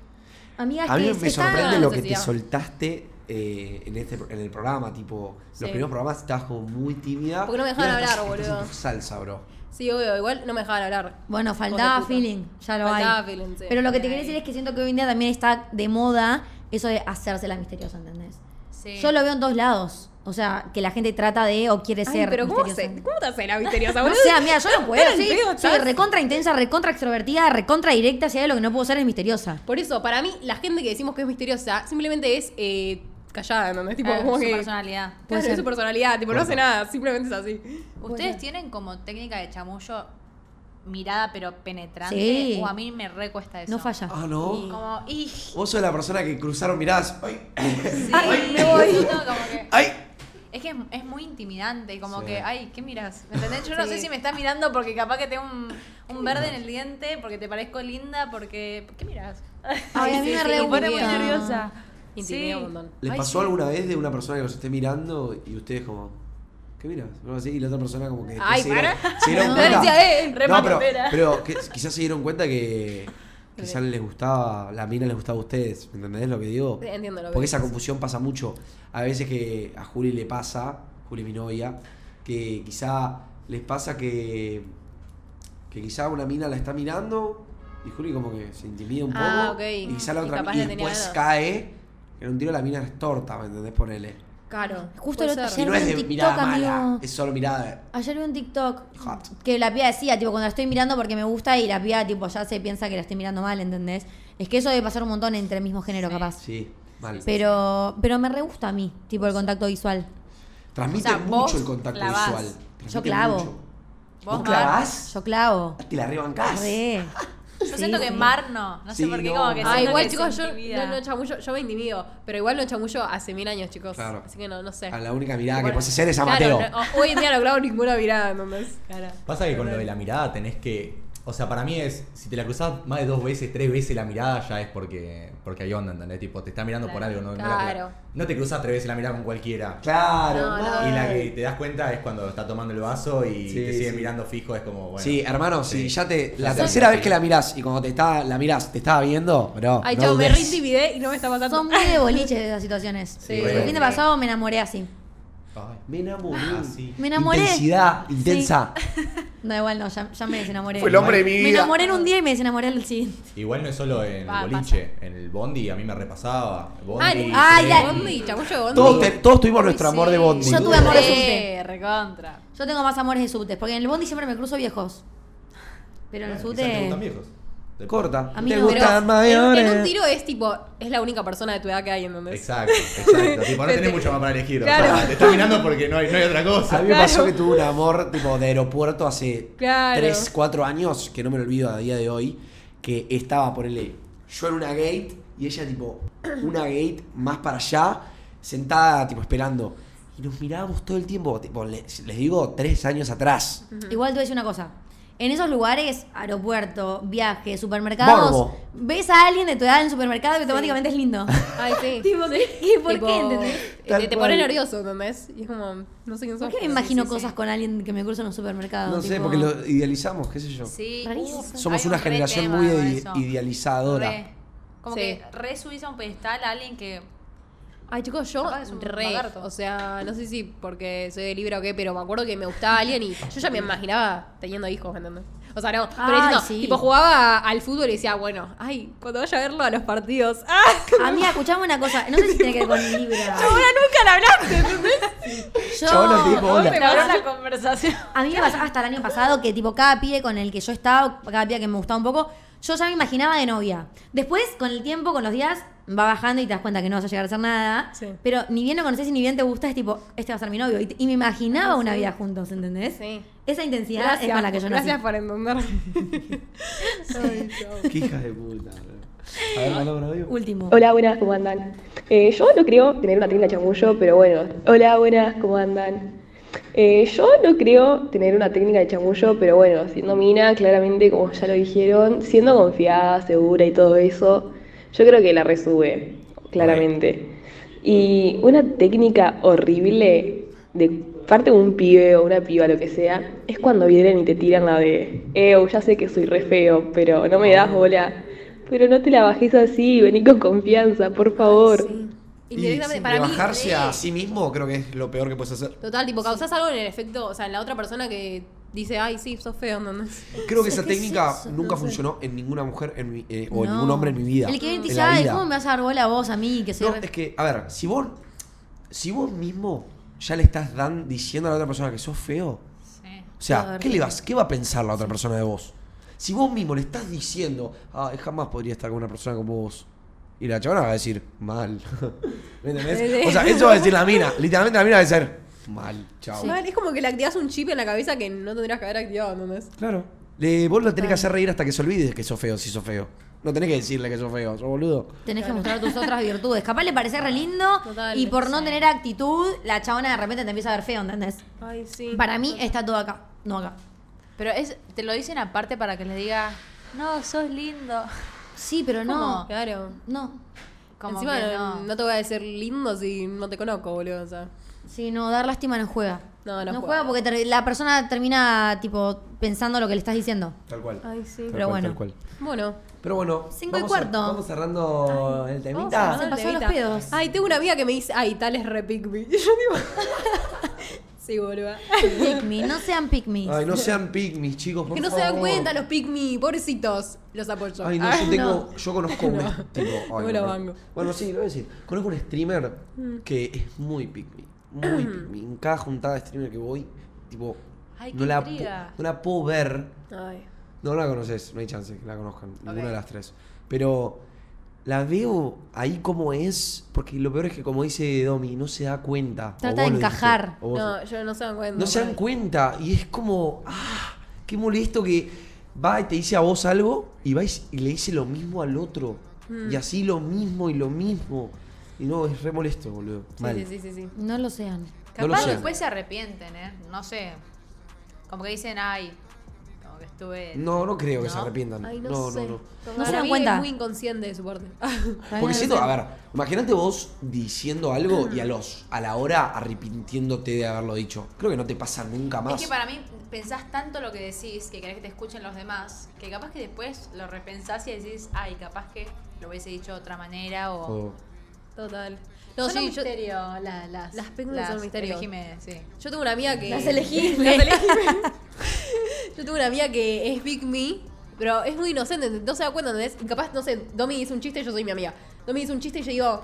C: Amiga, es
B: A mí
C: que
B: me
C: está-
B: sorprende lo que te
A: necesidad.
B: soltaste eh, en, este, en el programa. Tipo,
A: Sí.
B: los primeros programas estabas como muy tímida.
A: Porque no me
B: y
A: dejaban
B: ahora estás-
A: hablar,
B: estás en
A: boludo.
B: tu Salsa, bro.
A: Sí, obvio, igual no me dejaban hablar.
C: Bueno, faltaba
A: Hijos de puta.
C: feeling, ya lo
A: Faltaba
C: hay.
A: feeling, sí.
C: Pero lo que te
D: Ay.
C: quería decir es que siento que hoy en día también está de moda eso de hacerse la misteriosa, ¿entendés?
D: Sí.
C: Yo lo veo en dos lados. O sea, que la gente trata de o quiere
A: Ay,
C: ser
A: pero ¿cómo,
C: misteriosa.
A: se- ¿cómo te hace la misteriosa?
C: No
A: boludo?
C: sé, mira, yo no puedo.
A: Tan al
C: Soy,
A: pedo
C: soy
A: estás.
C: recontra intensa, recontra extrovertida, recontra directa. Si hay algo que no puedo ser es misteriosa.
A: Por eso, para mí, la gente que decimos que es misteriosa simplemente es eh, callada, ¿no? Es tipo,
D: Claro,
A: como
D: Ah, su
A: que...
D: personalidad.
A: Claro, es su personalidad, tipo, no hace nada, simplemente es así.
D: ¿Ustedes tienen como técnica de chamullo mirada pero penetrante?
C: Sí.
D: O a mí me recuesta eso.
C: No falla.
B: Ah, no.
D: Como, ¡ih!
B: Vos sos la persona que cruzaron miradas. Ay,
D: Sí,
B: ay,
D: me voy. No, como que-
B: ay.
D: es que es, es muy intimidante, como
B: Sí.
D: que, ay, ¿qué miras? ¿Me entendés? Yo no
A: Sí.
D: sé si me estás mirando porque capaz que tengo un, un verde en el diente, porque te parezco linda, porque. ¿Qué miras?
C: Ay, a mí me re
D: Me pone muy
C: gusta.
D: nerviosa.
A: Intimida
D: Sí.
A: un montón.
B: ¿Les
D: Ay,
B: pasó alguna vez de una persona que los esté mirando y ustedes como... ¿Qué miras? Algo así, Y la otra persona como que... después
A: Ay,
B: se dieron,
A: para.
B: se dieron
A: No,
B: cuenta.
A: decía, eh, re
B: No, pero,
A: malandera.
B: pero que- quizás se dieron cuenta que... Quizás les gustaba, la mina les gustaba a ustedes, ¿me entendés lo que digo?
A: Sí, entiendo lo que
B: Porque esa
A: dices.
B: confusión pasa mucho. A veces que a Juli le pasa, Juli mi novia, que quizá les pasa que... Que quizá una mina la está mirando y Juli como que se intimida un poco.
A: Ah, ok.
B: Y quizá la
A: Y
B: otra...
A: capaz
B: Y
A: le tenía
B: después
A: ganas.
B: cae... En un tiro la mina es torta, ¿me entendés? Ponele.
A: Claro.
C: Justo el
A: puede
C: otro
A: ser.
B: Y
C: ayer
B: no
C: vi
B: es de
C: un
B: mirada
C: TikTok,
B: mala,
C: amigo.
B: es solo mirada.
C: Ayer vi un TikTok
B: Hot.
C: que la piba decía, tipo, cuando la estoy mirando porque me gusta y la piba, tipo, ya se piensa que la estoy mirando mal, ¿entendés? Es que eso debe pasar un montón entre el mismo género, capaz.
B: Sí, mal.
C: Pero, pero me re gusta a mí, tipo, el contacto visual.
B: Transmite
D: O sea, vos
B: mucho el contacto
D: clavás.
B: visual. Transmite
C: clavo.
B: mucho.
D: Vos,
B: ¿Vos clavás?
C: Yo clavo.
B: Te la rebancás.
C: Re.
D: Yo siento que Mar no. No
B: Sí,
D: sé por qué,
B: no.
D: como que
B: Ah,
A: Ah,
D: siento
A: igual,
D: que
A: chicos,
D: se
A: yo
D: intimida.
A: no, no chamullo, yo me intimido, pero igual no chamullo hace mil años, chicos.
B: Claro.
A: Así que no, no sé.
B: A la única mirada que
A: Bueno,
B: puedes hacer es a
A: claro,
B: Mateo.
A: no, oh, hoy en día no clavo ninguna mirada, ¿no ves?
H: Pasa que con lo de la mirada tenés que. O sea, para mí es. Si te la cruzás más de dos veces, tres veces la mirada, ya es porque. Porque hay onda, ¿entendés? Tipo, te está mirando por algo, no, no la-
A: Claro.
H: no te cruzás tres veces la mirada con cualquiera.
B: Claro.
A: No, no.
H: Y la que te das cuenta es cuando está tomando el vaso y
B: Sí,
H: te sigue
B: sí.
H: mirando fijo, es como, bueno.
B: sí, hermano, si
H: sí.
B: ya te. La
H: Sí.
B: tercera
H: Sí.
B: vez que la mirás y cuando te está, la mirás, te estaba viendo, bro.
A: Ay,
B: no
A: chao, me
B: dudes.
A: reintimidé y no me está pasando.
C: Son muy de boliches esas situaciones.
A: Sí.
C: El fin de pasado me enamoré así.
H: Ay.
B: Me enamoré.
H: Ah, sí.
C: Me enamoré.
B: Intensidad
C: Sí.
B: intensa.
C: No, igual no, ya, ya me desenamoré.
F: Fue el hombre de mi vida.
C: Me enamoré en un día y me desenamoré al siguiente.
H: Igual no es solo en
D: Va,
H: el boliche, en el bondi a mí me repasaba.
A: Ah,
H: Bondi,
C: ay,
H: tren.
C: ay.
A: Bondi, chamullo de Bondi.
B: Todos, te- todos tuvimos nuestro amor de Bondi.
C: Yo tuve amor de subte.
A: Eh,
D: Sí, recontra.
C: Yo tengo más amores de subtes, porque en el bondi siempre me cruzo viejos. Pero en el
H: Quizás te gustan
C: subte.
H: viejos. Te-
B: Corta.
C: A mí
B: te
C: no.
A: Pero
B: gustan
A: en-
B: mayores.
A: en, un tiro es tipo, es la única persona de tu edad que hay, ¿entendés?
H: Exacto, exacto. tipo, no tenés mucho más para elegir. o sea,
A: Claro.
H: te estás mirando porque no hay, no hay otra cosa.
B: A mí me pasó que tuve un amor tipo de aeropuerto hace
A: Claro.
B: 3, 4 años, que no me lo olvido a día de hoy, que estaba, ponele, yo en una gate y ella tipo, una gate más para allá, sentada tipo esperando. Y nos mirábamos todo el tiempo, tipo, le- les, digo, 3 años atrás.
C: Igual te voy a decir una cosa. En esos lugares, aeropuerto, viaje, supermercados,
B: Morbo.
C: ves a alguien de tu edad en el supermercado y automáticamente es lindo.
A: Ay, sí.
C: Tipo, ¿qué? ¿Por
A: Tipo,
C: qué? ¿Entendés?
A: eh,
B: Tal
A: Te, te
B: cual.
A: pones nervioso, ¿entendés? Y es como, no sé quién sos.
C: ¿Por qué me
A: Sí,
C: imagino
A: sí, sí.
C: cosas con alguien que me cruza en un supermercado?
B: No sé,
C: Tipo,
B: porque lo idealizamos, qué sé yo.
D: Sí.
C: Rarísimo.
D: uf,
B: Somos
D: hay
B: una
D: un re
B: generación
D: tema
B: muy
D: con
B: ide-
D: eso.
B: idealizadora.
D: Re. Como
A: Sí.
D: que re subís a un pedestal a alguien que.
A: Ay, chicos, yo
D: Capaz es un
A: re,
D: lagarto.
A: o sea, no sé si porque soy de Libra o qué, pero me acuerdo que me gustaba alguien y yo ya me imaginaba teniendo hijos, ¿me ¿entendés? O sea, no, pero
C: Ay,
A: diciendo,
C: sí.
A: tipo jugaba al fútbol y decía, bueno, ay, cuando vaya a verlo a los partidos, ¡ah!
C: Amiga, escuchame una cosa. No sé si tiene que ver con Libra.
A: Ahora nunca la hablaste, ¿entendés?
C: Yo,
B: Chabón, no te dijo hola.
D: Te vas a la conversación.
C: A mí me pasaba hasta el año pasado que tipo cada pibe con el que yo estaba, cada pibe que me gustaba un poco, yo ya me imaginaba de novia. Después, con el tiempo, con los días, va bajando y te das cuenta que no vas a llegar a ser nada.
A: Sí.
C: Pero ni bien lo conoces y ni bien te gusta, es tipo, este va a ser mi novio. Y, te- y me imaginaba una vida juntos, ¿entendés?
A: Ah, Sí.
C: Esa intensidad es con la que yo nací.
A: gracias por entender.
B: Qué hija de puta. bro. A ver, palabra, digo.
C: Último.
I: Hola, buenas, ¿cómo andan? Eh, yo no creo tener una trina chamullo, pero bueno. Hola, buenas, ¿cómo andan? Eh, yo no creo tener una técnica de chamullo, pero bueno, siendo mina, claramente, como ya lo dijeron, siendo confiada, segura y todo eso, yo creo que la resube, claramente. Y una técnica horrible de parte de un pibe o una piba, lo que sea, es cuando vienen y te tiran la de, eu, ya sé que soy re feo, pero no me das bola. Pero no te la bajes así, vení con confianza, por favor.
A: Indirectamente,
B: Y
A: para mí,
B: bajarse
A: re.
B: a sí mismo creo que es lo peor que puedes hacer.
A: Total, tipo, causás algo en el efecto, o sea, en la otra persona que dice, ay, sí, sos feo, ¿entendés?
B: Creo que
C: Es
B: esa
C: que es
B: técnica
C: eso,
B: nunca
C: no sé.
B: funcionó en ninguna mujer en mi- eh, o en
C: No.
B: ningún hombre en mi vida.
C: El que viene y
B: En
C: te dice,
B: la
C: "Ay,
B: vida.
C: ¿cómo me vas a dar bola vos a mí? Que soy
B: No,
C: re-
B: es que, a ver, si vos, si vos mismo ya le estás dan, diciendo a la otra persona que sos feo,
D: Sí.
B: o sea,
C: Claro,
B: ¿qué, le vas, ¿qué va a pensar la otra persona de vos? Si vos mismo le estás diciendo, "Ay, jamás podría estar con una persona como vos. Y la chabona va a decir, mal. ¿Me entendés? O sea, eso va a decir la mina. Literalmente la mina va a decir, mal, chao.
A: Mal, es como que le activas un chip en la cabeza que no tendrías que haber activado, ¿entendés?
B: Claro. Le, vos lo tenés que hacer reír hasta que se olvide que sos feo, si sos feo. No tenés que decirle que sos feo, sos boludo.
C: Tenés que mostrar tus otras virtudes. Capaz le parece re lindo
A: Total,
C: y por no
A: sí.
C: tener actitud, la chabona de repente te empieza a ver feo, ¿entendés?
A: Ay, sí.
C: Para mí está todo acá, no acá.
D: Pero es, te lo dicen aparte para que les diga, no, sos lindo.
C: Sí, pero no.
D: ¿Cómo?
A: Claro.
C: No.
D: Como
A: Encima
D: que
A: no,
D: no.
A: no te voy a decir lindo si no te conozco, boludo. O sea.
C: Sí, no, dar lástima no juega.
A: No, no
C: juega.
A: juega.
C: porque ter- la persona termina, tipo, pensando lo que le estás diciendo.
B: Tal cual.
A: Ay, sí.
C: Pero bueno.
A: Bueno.
B: Pero bueno.
C: Cinco y
B: vamos
C: cuarto.
B: cer- vamos cerrando el
A: vamos
B: temita.
A: cerrando
C: Se
A: el
C: pasó los
A: temita.
C: pedos.
A: Ay, tengo una amiga que me dice, ay, tal es re pick me. Y yo digo, Sí, boluda.
C: Pick me, no sean pick me.
B: Ay, no sean pigmis, chicos, por
A: Que no se
B: favor.
A: dan cuenta los pick me, pobrecitos. Los apoyo.
B: Ay, no,
A: Ah,
B: yo tengo. Yo conozco un. est- tipo, ay,
A: No me lo banco.
B: Bueno, sí, lo voy a decir. Conozco un streamer que es muy pigme. Muy pigme. En cada juntada de streamer que voy, tipo.
D: Ay,
B: no,
D: qué
B: la pu-
D: intriga.
B: no la puedo ver.
A: Ay.
B: No la conoces, no hay chance que la conozcan, ninguna
D: Ok.
B: de las tres. Pero la veo ahí como es, porque lo peor es que, como dice Domi, no se da cuenta. o
C: Trata
B: vos
C: de
B: lo dijiste,
C: encajar.
B: o vos-
A: No, yo no se dan cuenta.
B: no se dan cuenta y es como, ah, qué molesto que va y te dice a vos algo y va y s- y le dice lo mismo al otro.
A: Mm.
B: Y así lo mismo y lo mismo. Y no, es re molesto, boludo. Mal.
A: Sí, sí, sí, sí. sí.
C: No lo sean.
B: No lo
D: Capaz
B: sé.
D: después se arrepienten, ¿eh? No sé. Como que dicen, ay, como que estuve.
B: No, no creo que se
D: ¿No?
B: arrepientan.
A: Ay, no,
B: no,
A: sé.
B: no, no.
A: Para
C: se dan
A: mí
C: cuenta.
A: Es muy inconsciente de su parte.
B: Porque siento, a ver, imagínate vos diciendo algo y a los a la hora arrepintiéndote de haberlo dicho. Creo que no te pasa nunca más.
D: Es que para mí pensás tanto lo que decís, que querés que te escuchen los demás, que capaz que después lo repensás y decís, ay, capaz que lo hubiese dicho de otra manera o.
B: O-
A: Total.
D: No,
A: No,
D: son un
A: sí, yo,
D: misterio, la- las,
A: Las películas son un misterio.
D: elegime, sí.
A: yo tengo una amiga que.
C: Las elegí.
A: Las elegí. yo tengo una amiga que es Big Me, pero es muy inocente, no se da cuenta, ¿entendés? Y capaz, no sé, Domi dice un chiste, yo soy mi amiga. Domi dice un chiste y yo digo,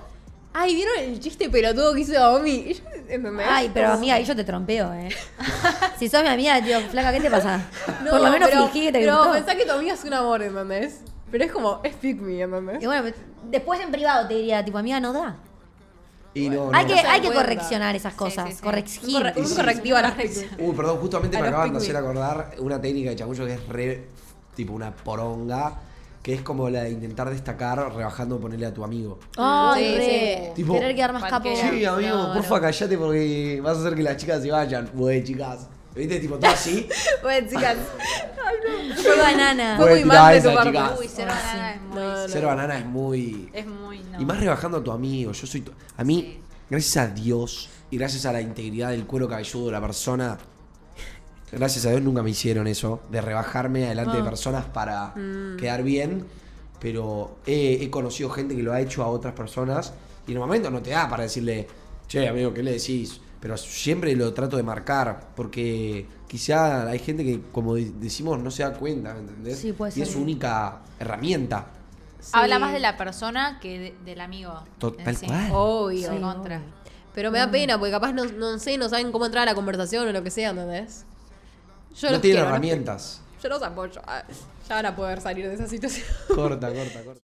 A: ay, ¿vieron el chiste pelotudo que hizo Domi? Y yo, ¿Entendés?
C: Ay, pero amiga, ahí yo te trompeo, eh. si sos mi amiga, tío, flaca, ¿qué te pasa? Por lo menos
A: pero-
C: fingí que te
A: Pero
C: gustó.
A: pensá que tu amiga es un amor, ¿entendés? Pero es como, es Big Me, ¿entendés?
C: Y bueno, pues, después en privado te diría, tipo, amiga, no da.
B: y no,
C: hay
B: no.
C: que,
A: se
C: hay que
A: cuenta.
C: correccionar esas cosas.
D: sí, sí.
A: Un,
C: Corregir.
A: corre- un correctivo a las
B: Uy, Uh, perdón, justamente
A: A
B: me
A: los
B: acaban de hacer
A: pingüinos.
B: acordar una técnica de chamullo que es re tipo una poronga, que es como la de intentar destacar rebajando ponerle a tu amigo.
C: Ay,
A: Sí,
C: re.
A: sí.
B: Tipo,
C: Querer quedar más capo.
D: cualquiera.
B: Sí, amigo,
D: no,
B: porfa,
D: no.
B: callate porque vas a hacer que las chicas se vayan. Güey, chicas. ¿Viste? Tipo, todo así.
A: Bueno, chicas.
C: Soy banana.
A: Fue muy
B: Güey,
A: mal de
B: tirá
A: tu
B: esa,
A: parte.
B: chicas.
D: Uy, cero banana es muy.
A: No, no.
B: Cero banana es muy.
D: Es muy, no.
B: Y más rebajando a tu amigo. Yo soy. tu- A mí, gracias a Dios y gracias a la integridad del cuero cabelludo de la persona, gracias a Dios nunca me hicieron eso, de rebajarme adelante
C: Ah.
B: de personas para
C: Mm.
B: quedar bien. Pero he, he conocido gente que lo ha hecho a otras personas y en el momento no te da para decirle, che, amigo, ¿qué le decís? Pero siempre lo trato de marcar porque quizá hay gente que, como de- decimos, no se da cuenta, ¿me entendés?
C: Sí, puede
B: y es
C: ser.
B: su única herramienta.
D: Habla más de la persona que de- del amigo.
B: To-
C: Eh,
D: en
B: tal
D: sí.
B: cual.
A: Obvio.
D: Sí, contra.
A: Pero
C: Mm.
A: me da pena porque capaz no, no sé, no saben cómo entrar a la conversación o lo que sea, ¿entendés? Yo
B: no
A: los
B: tiene
A: quiero,
B: herramientas.
A: Yo los apoyo. Ah, Ya van a poder salir de esa situación.
B: Corta, corta, corta.